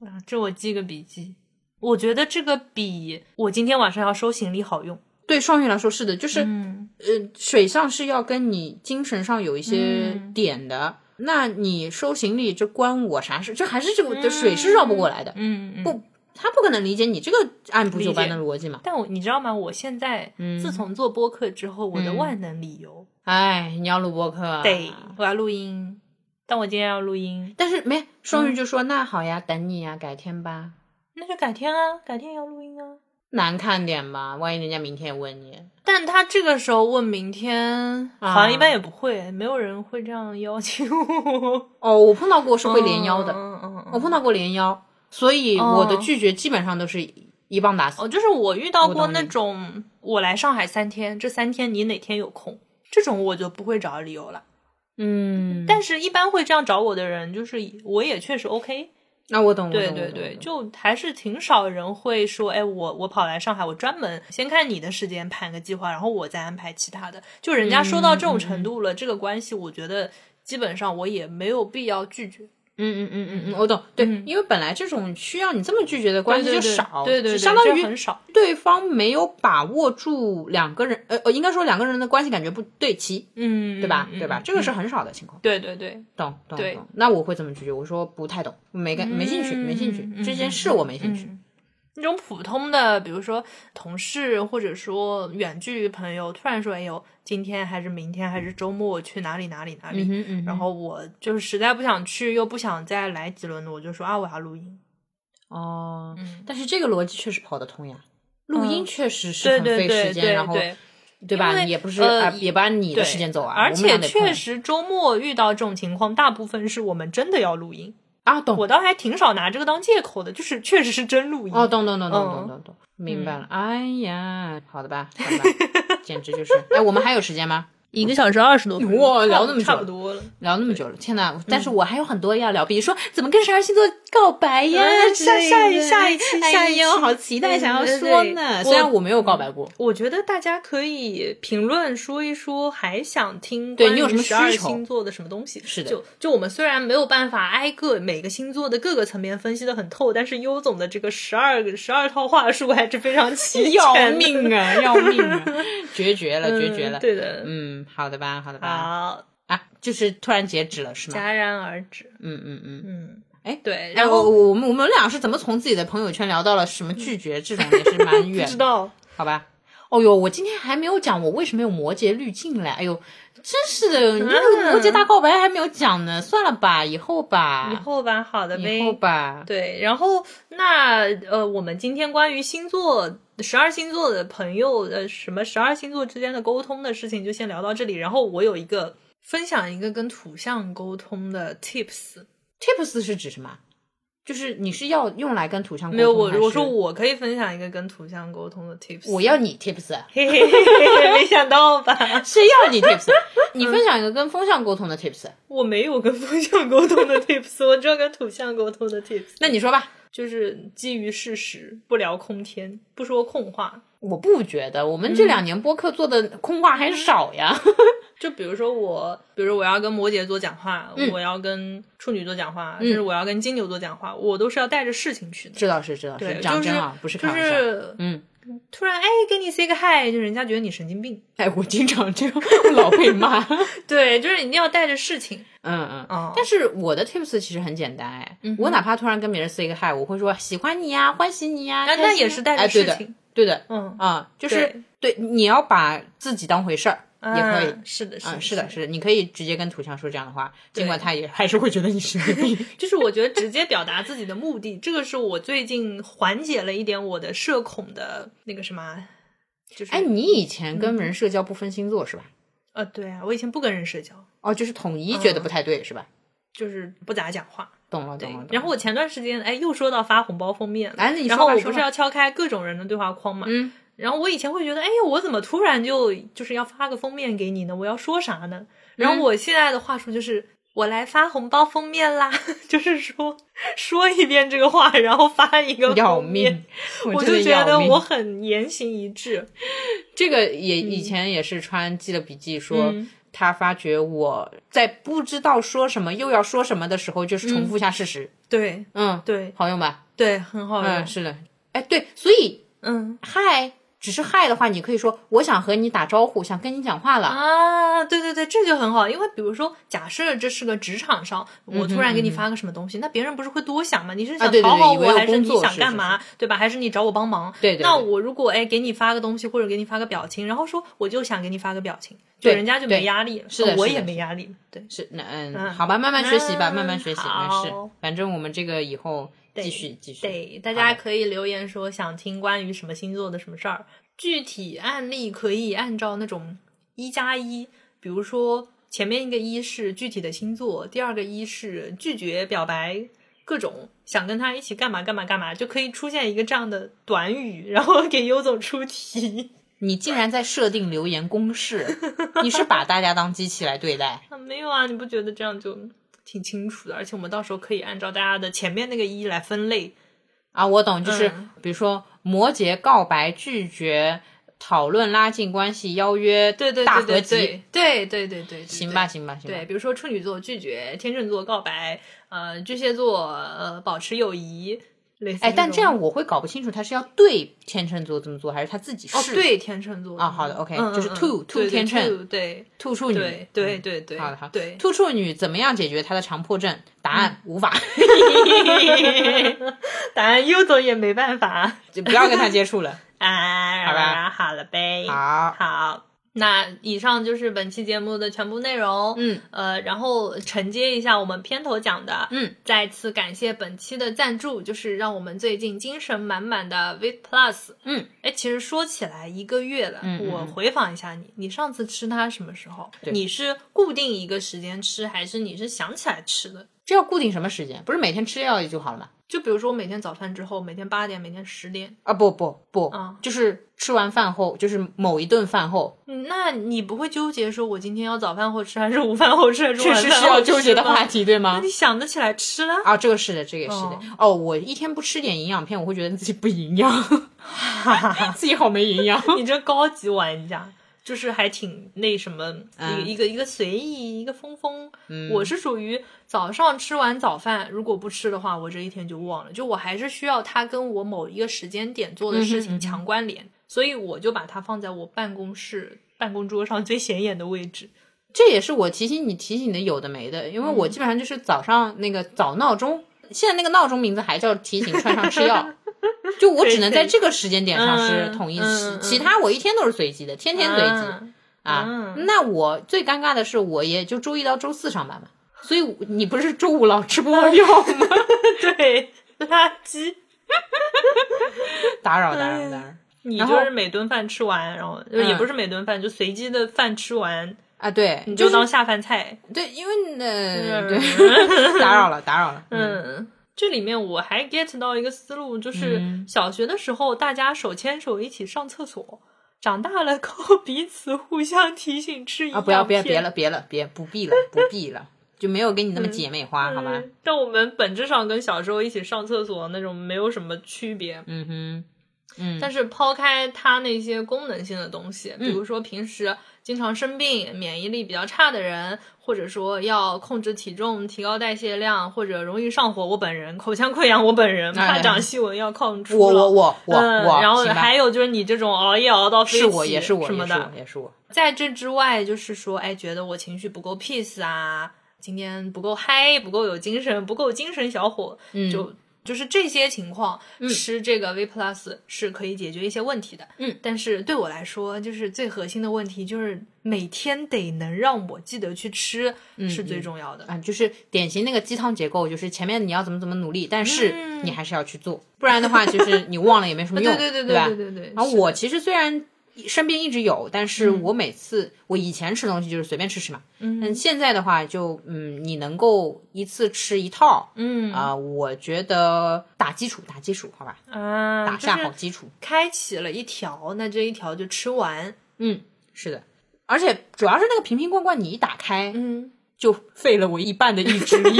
A: 啊这我记个笔记。我觉得这个比我今天晚上要收行李好用。
B: 对双鱼来说是的，就是、
A: 嗯
B: 呃，水上是要跟你精神上有一些
A: 嗯
B: 点的。那你收行李，这关我啥事？这还是这个这水是绕不过来的，
A: 嗯嗯。
B: 不，他不可能理解你这个按部就班的逻辑嘛。
A: 但我你知道吗？我现在
B: 嗯
A: 自从做播客之后，我的万能理由
B: 哎，你要录播客，
A: 得我要录音，但我今天要录音，
B: 但是没双鱼就说、那好呀，等你呀，改天
A: 嗯
B: 吧，
A: 那就改天啊，改天也要录音啊。
B: 难看点吧，万一人家明天也问你，
A: 但他这个时候问明天，
B: 啊
A: 好像一般也不会，没有人会这样邀请我。
B: 哦，我碰到过是会连邀的，
A: 嗯嗯嗯
B: 哦我碰到过连邀，所以我的
A: 哦
B: 拒绝基本上都是一一棒打死。
A: 哦，就是我遇到
B: 我
A: 过
B: 懂
A: 那
B: 你
A: 种，我来上海三天，这三天你哪天有空，这种我就不会找理由了。
B: 嗯，
A: 但是，一般会这样找我的人，就是我也确实 OK。
B: 那啊我懂，我
A: 对
B: 懂
A: 对
B: 我懂
A: 对，
B: 我懂
A: 就还是挺少人会说，哎，我我跑来上海，我专门先看你的时间盘个计划，然后我再安排其他的。就人家说到
B: 嗯
A: 这种程度了，这个关系，我觉得基本上我也没有必要拒绝。
B: 嗯嗯嗯嗯嗯，我懂。对，
A: 嗯
B: 因为本来这种需要你这么拒绝的关系
A: 对
B: 就
A: 对
B: 少，
A: 对对
B: 就
A: 对，
B: 相当
A: 这
B: 于
A: 很少。
B: 对方没有把握住两个人，呃呃，应该说两个人的关系感觉不对齐，
A: 嗯，
B: 对吧？
A: 嗯
B: 对吧？
A: 嗯
B: 这个是很少的情况。
A: 对对对，
B: 懂懂
A: 对
B: 懂。那我会这么拒绝，我说不太懂，没感没兴趣，没兴趣，
A: 嗯
B: 这件事我没兴趣。
A: 嗯那种普通的，比如说同事或者说远距离朋友，突然说：“哎呦，今天还是明天还是周末去哪里哪里哪里。
B: 嗯嗯
A: 然后我就是实在不想去，又不想再来几轮的，我就说啊，我要录音。
B: 哦，
A: 嗯，
B: 但是这个逻辑确实跑得通呀。录音确实是
A: 对
B: 很
A: 对
B: 费
A: 对
B: 时
A: 对
B: 间，然后
A: 对，
B: 对吧？
A: 因为
B: 也不是
A: 呃
B: 啊也不按你的
A: 对
B: 时间走啊，
A: 而
B: 我们俩
A: 且
B: 得
A: 确
B: 碰
A: 实周末遇到这种情况，大部分是我们真的要录音。
B: 啊，懂
A: 我倒还挺少拿这个当借口的，就是确实是真录音。
B: 哦，懂懂懂懂
A: 嗯
B: 懂懂懂，明白了。哎呀，好的吧，好的 吧，简直就是。哎，我们还有时间吗？
A: 一个小时二十多分钟，
B: 哇聊那么久
A: 差不多了。
B: 聊那么久了，天呐！但
A: 嗯
B: 是我还有很多要聊，比如说怎么跟十二星座告白呀
A: 嗯，
B: 之
A: 下
B: 类
A: 下一
B: 的
A: 下一期
B: 哎
A: 下一
B: 呦
A: 期
B: 好期待，
A: 嗯
B: 想要
A: 对
B: 说
A: 对
B: 呢。
A: 我
B: 虽然我没有告白过，
A: 我觉得大家可以评论说一说，还想听
B: 对
A: 关
B: 你有
A: 于
B: 什么需
A: 十二
B: 求
A: 星座的什么东西？
B: 是的
A: 就就我们虽然没有办法挨个每个星座的各个层面分析的很透，但是优总的这个十二个十二套话术还是非 常齐
B: 要
A: 全的，
B: 命啊，要命 啊，决绝了，决绝
A: 嗯
B: 了。
A: 对的，
B: 嗯，好的吧，好的吧。
A: 好，
B: 啊，就是突然截止了是吗？
A: 戛然而止。
B: 嗯嗯嗯。
A: 嗯，
B: 哎
A: 对，
B: 哎，
A: 然
B: 我
A: 后
B: 我我们我们俩是怎么从自己的朋友圈聊到了什么拒绝这种，也是蛮
A: 不
B: 远
A: 知
B: 的，
A: 道
B: 好吧？哦呦，我今天还没有讲我为什么有摩羯滤镜嘞，哎呦，真是的，你那个摩羯大告白还没有讲呢，算了吧，以后吧，
A: 以后吧，好的呗，
B: 啊以后吧，
A: 对，然后那呃，我们今天关于星座十二星座的朋友呃，什么十二星座之间的沟通的事情就先聊到这里。然后我有一个分享一个跟土象沟通的 tips，
B: tips 是指什么？就是你是要用来跟土象沟通
A: 没有我
B: 还是
A: 我说我可以分享一个跟土象沟通的 tips，
B: 我要你 tips，啊
A: 嘿嘿嘿嘿嘿，没想到吧？
B: 谁要你 tips？你分享一个跟风象沟通的 tips，
A: 我没有跟风象沟通的 tips，我只有跟土象沟通的 tips，
B: 那你说吧。
A: 就是基于事实，不聊空天，不说空话。
B: 我不觉得，我们这两年播客做的空话还少呀。
A: 嗯就比如说我，比如我要跟摩羯座讲话，
B: 嗯
A: 我要跟处女座讲话，甚至我要跟金牛座讲话，我都是要带着事情去的。
B: 知道是知道
A: 对，
B: 是，讲
A: 就是
B: 真啊，不是
A: 就
B: 开玩笑。
A: 是
B: 嗯，
A: 突然哎跟你 say 个 hi，就人家觉得你神经病。
B: 哎，我经常这样，我老被骂。
A: 对，就是一定要带着事情。
B: 嗯嗯
A: 哦，
B: 但是我的 tips 其实很简单哎，我哪怕突然跟别人 say 个 hi，我会说喜欢你呀，欢喜你呀，
A: 那
B: 开心啊
A: 那也是带
B: 哎
A: 着事
B: 对的
A: 情，
B: 对的，
A: 嗯，
B: 啊，就是对，你要把自己当回事儿也可以
A: 啊。是的，是
B: 嗯，
A: 的，
B: 是的，是的，你可以直接跟土象说这样的话，尽管他也还是会觉得你是个病。
A: 就是我觉得直接表达自己的目的，这个是我最近缓解了一点我的社恐的那个什么，就是
B: 哎，你以前跟人社交不分星座是吧？
A: 呃，对啊，我以前不跟人社交，
B: 哦，就是统一觉得不太对、是吧？
A: 就是不咋讲话。
B: 懂了，
A: 对
B: 懂了。，
A: 然后我前段时间哎又说到发红包封面了，
B: 哎那你说
A: 然后
B: 吧
A: 我
B: 说
A: 不是
B: 吧
A: 要敲开各种人的对话框嘛，
B: 嗯，
A: 然后我以前会觉得，哎，我怎么突然就就是要发个封面给你呢？我要说啥呢？然
B: 嗯
A: 后我现在的话术就是。我来发红包封面啦， 就是说说一遍这个话，然后发一个
B: 要
A: 封面
B: 命，！
A: 我
B: 真
A: 就
B: 的
A: 觉
B: 要
A: 得
B: 命
A: 我很言行一致。
B: 这个也以前也是川记了笔记说。
A: 嗯
B: 他发觉我在不知道说什么又要说什么的时候，就是重复一下事实。
A: 对
B: 嗯，
A: 对
B: 好用吧？嗯
A: 对，很好用
B: 嗯，。是的。哎，对，所以
A: 嗯
B: 嗨只是嗨的话，你可以说我想和你打招呼，想跟你讲话了。
A: 啊，对对对，这就很好，因为比如说，假设这是个职场上，我突然给
B: 嗯
A: 你发个什么东西，那别人不是会多想吗？你是想
B: 啊对对
A: 讨
B: 对
A: 好
B: 以
A: 我，
B: 为有
A: 还是
B: 工
A: 你
B: 作
A: 想
B: 是
A: 干
B: 是
A: 嘛，对吧？还是你找我帮忙？
B: 对对
A: 那
B: 对
A: 我如果哎给你发个东西，或者给你发个表情，然后说我就想给你发个表情，就
B: 对
A: 人家就
B: 对
A: 没压力了，
B: 是的
A: 我
B: 是
A: 也
B: 的
A: 没
B: 是
A: 压力，对。
B: 是，那嗯，
A: 嗯
B: 好吧，慢慢学习吧，
A: 嗯
B: 慢慢学习，
A: 好
B: 没事。反正我们这个以后继续继续。
A: 对，大家可以留言说想听关于什么星座的什么事儿，具体案例可以按照那种一加一，比如说前面一个一是具体的星座，第二个一是拒绝表白。各种想跟他一起干嘛干嘛干嘛，就可以出现一个这样的短语，然后给尤总出题。
B: 你竟然在设定留言公式，你是把大家当机器来对待？
A: 啊，没有啊，你不觉得这样就挺清楚的？而且我们到时候可以按照大家的前面那个一来分类，
B: 啊，我懂，就是、
A: 嗯
B: 比如说摩羯告白拒绝讨论拉近关系邀约，
A: 对对
B: 大
A: 对
B: 合
A: 对
B: 集，
A: 对对对对对，
B: 行吧行吧行吧，
A: 对，比如说处女座拒绝，天秤座告白，呃，巨蟹座呃保持友谊，类似。
B: 哎，但这样我会搞不清楚他是要对天秤座这么做，还是他自己是、
A: 哦，对天秤座
B: 啊好的，OK，
A: 嗯嗯
B: 就是 two-
A: 嗯
B: two
A: 对对
B: 天秤
A: two，对
B: 兔处女。嗯
A: 对对对对，
B: 好的好的，
A: 对。嗯
B: 兔处女怎么样解决她的强迫症？答案、无法，
A: 答案优总也没办法
B: 就不要跟她接触 了。
A: 啊，
B: 好吧，
A: 好了呗，
B: 好，
A: 好，那以上就是本期节目的全部内容。
B: 嗯，
A: 呃，然后承接一下我们片头讲的，
B: 嗯，
A: 再次感谢本期的赞助，就是让我们最近精神满满的 Vit Plus。
B: 嗯，
A: 哎，其实说起来一个月了，
B: 嗯嗯
A: 我
B: 嗯
A: 回访一下你，你上次吃它什么时候？
B: 对
A: 你是固定一个时间吃，还是你是想起来吃的？
B: 这要固定什么时间？不是每天吃药就好了吗？
A: 就比如说我每天早饭之后，每天八点，每天十点，
B: 啊，不不不，
A: 啊
B: 就是吃完饭后，就是某一顿饭后，
A: 嗯那你不会纠结说我今天要早饭后吃，还是午饭后吃，还是
B: 确
A: 晚
B: 实
A: 饭
B: 是
A: 后
B: 要
A: 吃
B: 纠结的
A: 吗
B: 话题，对
A: 那
B: 吗
A: 你？想得起来吃啦？
B: 啊，这个是的，这个也是的
A: 哦。
B: 哦，我一天不吃点营养片，我会觉得自己不营养， 自己好没营养。
A: 你这高级玩家，就是还挺那什么，
B: 嗯
A: 一个一个一个随意，一个疯疯。我是属于早上吃完早饭，如果不吃的话，我这一天就忘了。就我还是需要它跟我某一个时间点做的事
B: 嗯哼
A: 情
B: 嗯哼
A: 强关联，所以我就把它放在我办公室办公桌上最显眼的位置。
B: 这也是我提醒你提醒你的有的没的，因为
A: 嗯
B: 我基本上就是早上那个早闹钟，现在那个闹钟名字还叫提醒穿上吃 药，就我只能在这个时间点上是
A: 嗯
B: 统
A: 嗯
B: 一吃
A: 嗯，
B: 其他我一天都是随机的，天天随机
A: 啊
B: 啊
A: 嗯。
B: 那我最尴尬的是，我也就周一到周四上班嘛，所以你不是周五老吃不到药吗？
A: 对，垃圾。
B: 打扰打
A: 哎
B: 扰打扰
A: 你
B: 然后嗯
A: 就是每顿饭吃完，然后呃就也不是每顿饭，就随机的饭吃完，
B: 啊！对，
A: 你
B: 就
A: 就是当下饭菜。
B: 对，因为呢，
A: 嗯
B: 对， 打扰了打扰了，嗯
A: 嗯，这里面我还 get 到一个思路，就是
B: 嗯
A: 小学的时候大家手牵手一起上厕所，长大了后彼此互相提醒吃营
B: 啊！
A: 养
B: 不要别
A: 片
B: 别了，别了，别不必了，不必了，就没有给你那么姐妹花，好吧？
A: 嗯但我们本质上跟小时候一起上厕所那种没有什么区别。
B: 嗯哼，嗯，
A: 但是抛开它那些功能性的东西，比如说平时经常生病、免疫力比较差的人，或者说要控制体重、提高代谢量，或者容易上火，我本人口腔溃疡，我本人
B: 哎
A: 怕长细纹要抗初
B: 我
A: 老
B: 我我我
A: 嗯
B: 我，
A: 然后
B: 行吧
A: 还有就是你这种熬夜熬到飞
B: 是
A: 起
B: 我也是我
A: 什么
B: 也是
A: 的
B: 我，也是我，
A: 在这之外，就是说，哎，觉得我情绪不够 peace 啊，今天不够嗨，不够有精神，不够精神小伙，
B: 嗯
A: 就就是这些情况，吃这个 V Plus 是可以解决一些问题的。
B: 嗯，
A: 但是对我来说，就是最核心的问题就是每天得能让我记得去吃，是最重要的。
B: 啊，就是典型那个鸡汤结构，就是前面你要怎么怎么努力，但是你还是要去做，不然的话就是你忘了也没什么
A: 嗯
B: 用，
A: 啊对对对
B: 吧？
A: 对对对。
B: 然后
A: 是
B: 我
A: 的
B: 其实虽然身边一直有，但是我每次、我以前吃东西就是随便吃吃嘛，
A: 嗯
B: 但现在的话就嗯，你能够一次吃一套，
A: 嗯
B: 啊、我觉得打基础打基础，好吧，
A: 啊，
B: 打
A: 就
B: 下
A: 是
B: 好基础，
A: 开启了一条，那这一条就吃完。
B: 嗯，是的。而且主要是那个瓶瓶罐罐，你一打开、
A: 嗯，
B: 就废了我一半的意 志力。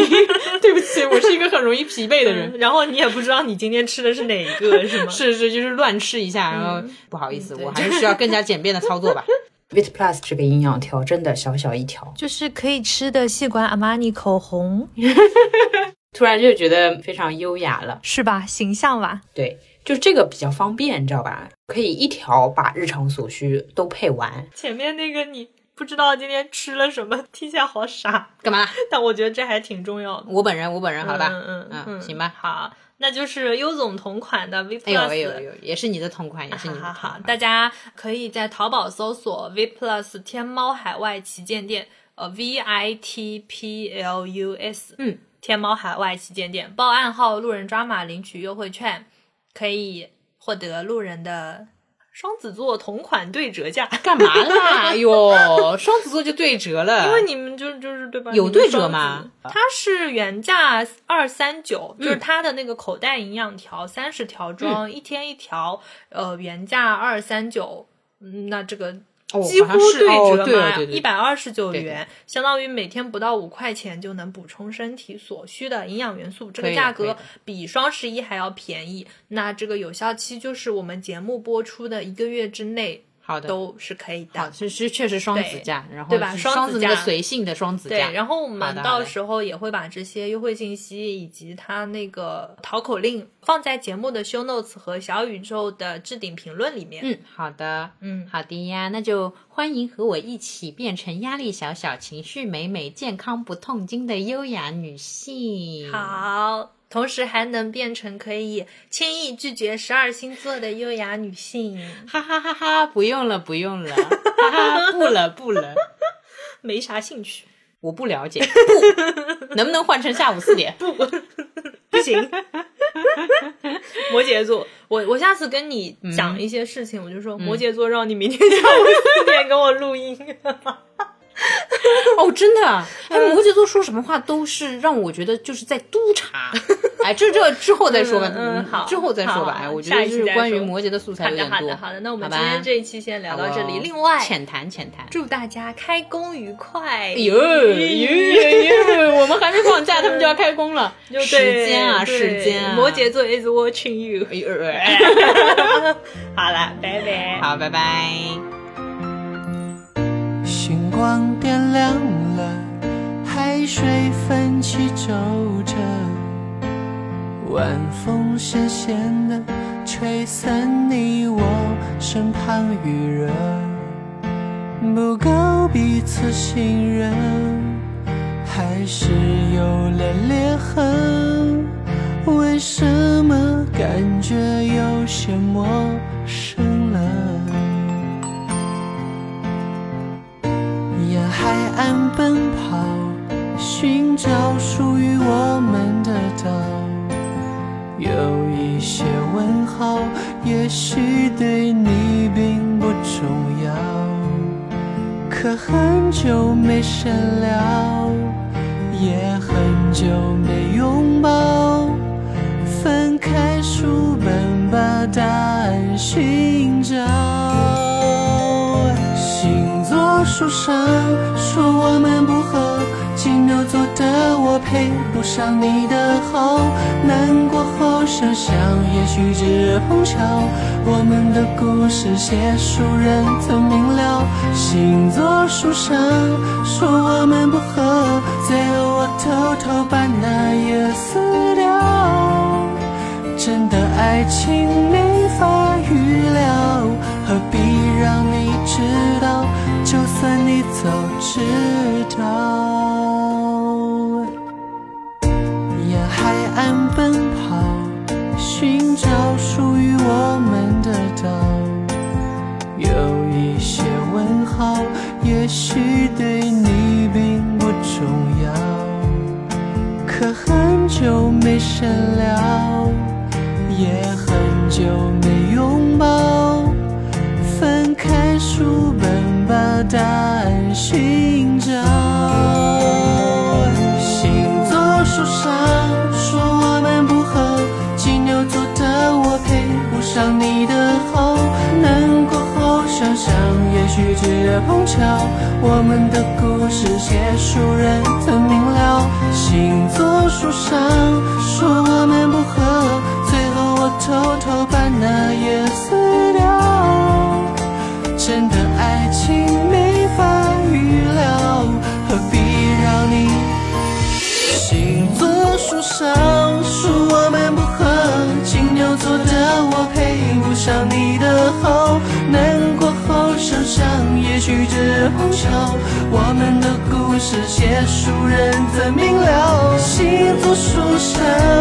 B: 对不起，我是一个很容易疲惫的人。
A: 嗯然后你也不知道你今天吃的是哪一 个，是吗？
B: 是是，就是乱吃一下，然后、不好意思，
A: 嗯对
B: 我还是需要更加简便的操作 吧。Vit Plus 这个营养条真的小小一条，
A: 就是可以吃的细管阿玛尼口红。
B: 突然就觉得非常优雅了。
A: 是吧？形象吧，
B: 对，就这个比较方便，你知道吧？可以一条把日常所需都配完。
A: 前面那个你不知道今天吃了什么，听起来好傻，
B: 干嘛？
A: 但我觉得这还挺重要的。
B: 我本人，我本人，好了吧？
A: 嗯嗯嗯，
B: 行吧。
A: 好，那就是优总同款的 V
B: 哎
A: Plus，
B: 呦哎呦哎呦，也是你的同款，也 是你的
A: 哈
B: 同
A: 哈
B: 款，。
A: 大家可以在淘宝搜索 V Plus 天猫海外旗舰店，呃 V I T P L U S，
B: 嗯，
A: 天猫海外旗舰店，报暗号“路人抓马”领取优惠券，可以获得路人的双子座同款对折价。
B: 干嘛啦？哎呦，双子座就对折了，
A: 因为你们就就是对吧？
B: 有
A: 你们
B: 对折
A: 双子
B: 吗嗯
A: 它是原价二三九，就是它的那个口袋营养条三十条装，一天一条，呃，原价二三九，嗯那这个。
B: 哦
A: 几
B: 好
A: 乎
B: 像是哦
A: 折
B: 对哦
A: 嘛，
B: 对
A: 一
B: 对
A: 百二十九
B: 对对
A: 元，相当于每天不到五块钱就能补充身体所需的营养元素。这
B: 可
A: 个
B: 以
A: 价
B: 的可以
A: 格
B: 的
A: 比双十一还要便宜。那这个有效期就是我们节目播出的一个月之内
B: 好的。
A: 都是可以的。
B: 好，是是，确实双子
A: 对
B: 价，然后
A: 对吧
B: 是
A: 双
B: 双
A: 子
B: 子那个
A: 价
B: 随性的双子价
A: 对，，然后我
B: 好
A: 们
B: 的好
A: 到
B: 的
A: 时候也会把这些优惠信息以及它那个淘口令放在节目的 show notes 和小宇宙的置顶评论里面。
B: 嗯，好的，
A: 嗯，
B: 好的呀，那就欢迎和我一起变成压力小小、情绪美美、健康不痛经的优雅女
A: 嗯
B: 性。，
A: 好，同时还能变成可以轻易拒绝十二星座的优雅女性，
B: 哈哈哈哈，不用了，不用了，哈哈，不了，不了，
A: 没啥兴趣。
B: 我不了解，不，能不能换成下午四点？不，
A: 不行， 摩羯座，我我下次跟你讲一些事情，我就说摩羯座让你明天下午四点跟我录 音。
B: 哦，真的，哎，
A: 嗯
B: 摩羯座说什么话都是让我觉得就是在督 察。哎，这这之后再说吧，
A: 嗯嗯好
B: 之后再说吧。
A: 好
B: 哎，我觉
A: 下
B: 得
A: 一
B: 就
A: 期
B: 是
A: 再
B: 关于
A: 说
B: 摩羯的素材
A: 好
B: 有
A: 的，
B: 点
A: 好
B: 多。
A: 的，好的。那我们
B: 好
A: 今
B: 吧
A: 天这一期先聊到这
B: 好
A: 里。
B: 哦
A: 另外，
B: 浅谈浅谈。
A: 祝大家开工愉快。
B: 哎呦呦 呦！我们还没放假，他们就要开工了。
A: 就对
B: 时间啊，
A: 对
B: 时间啊！
A: 摩羯座 is watching you。
B: 哎呦，哎
A: 好了，拜拜。
B: 好，拜拜。
C: 星光点亮了海水，泛起皱褶，晚风咸咸的吹散你我身旁余热，不够彼此信任，还是有了裂痕，为什么感觉有些陌生了？沿海岸奔跑，寻找属于我们的岛。有一些问号，也许对你并不重要，可很久没深聊，也很久没拥抱。翻开书本，把答案寻找。星座书上说我们不合，金牛座的我配不上你的好。难过后想想，也许只碰巧，我们的故事写书人曾明了。星座书上说我们不合，最后我偷偷把那页撕掉。真的爱情没法预料，何必让你知道？就算你早知道。沿海岸奔跑，寻找属于我们的岛。有一些问号，也许对你并不重要，可很久没深聊，也很久没拥抱。翻开书本，把答案寻找。星座书上说我们不合，金牛座的我配不上你的好。难过后想想，也许只碰巧，我们的故事写书人曾明了。星座书上说我们不合，最后我偷偷把那页撕掉。真的爱情没法预料，何必让你？星座书上世界，孰人自明了？行走书生。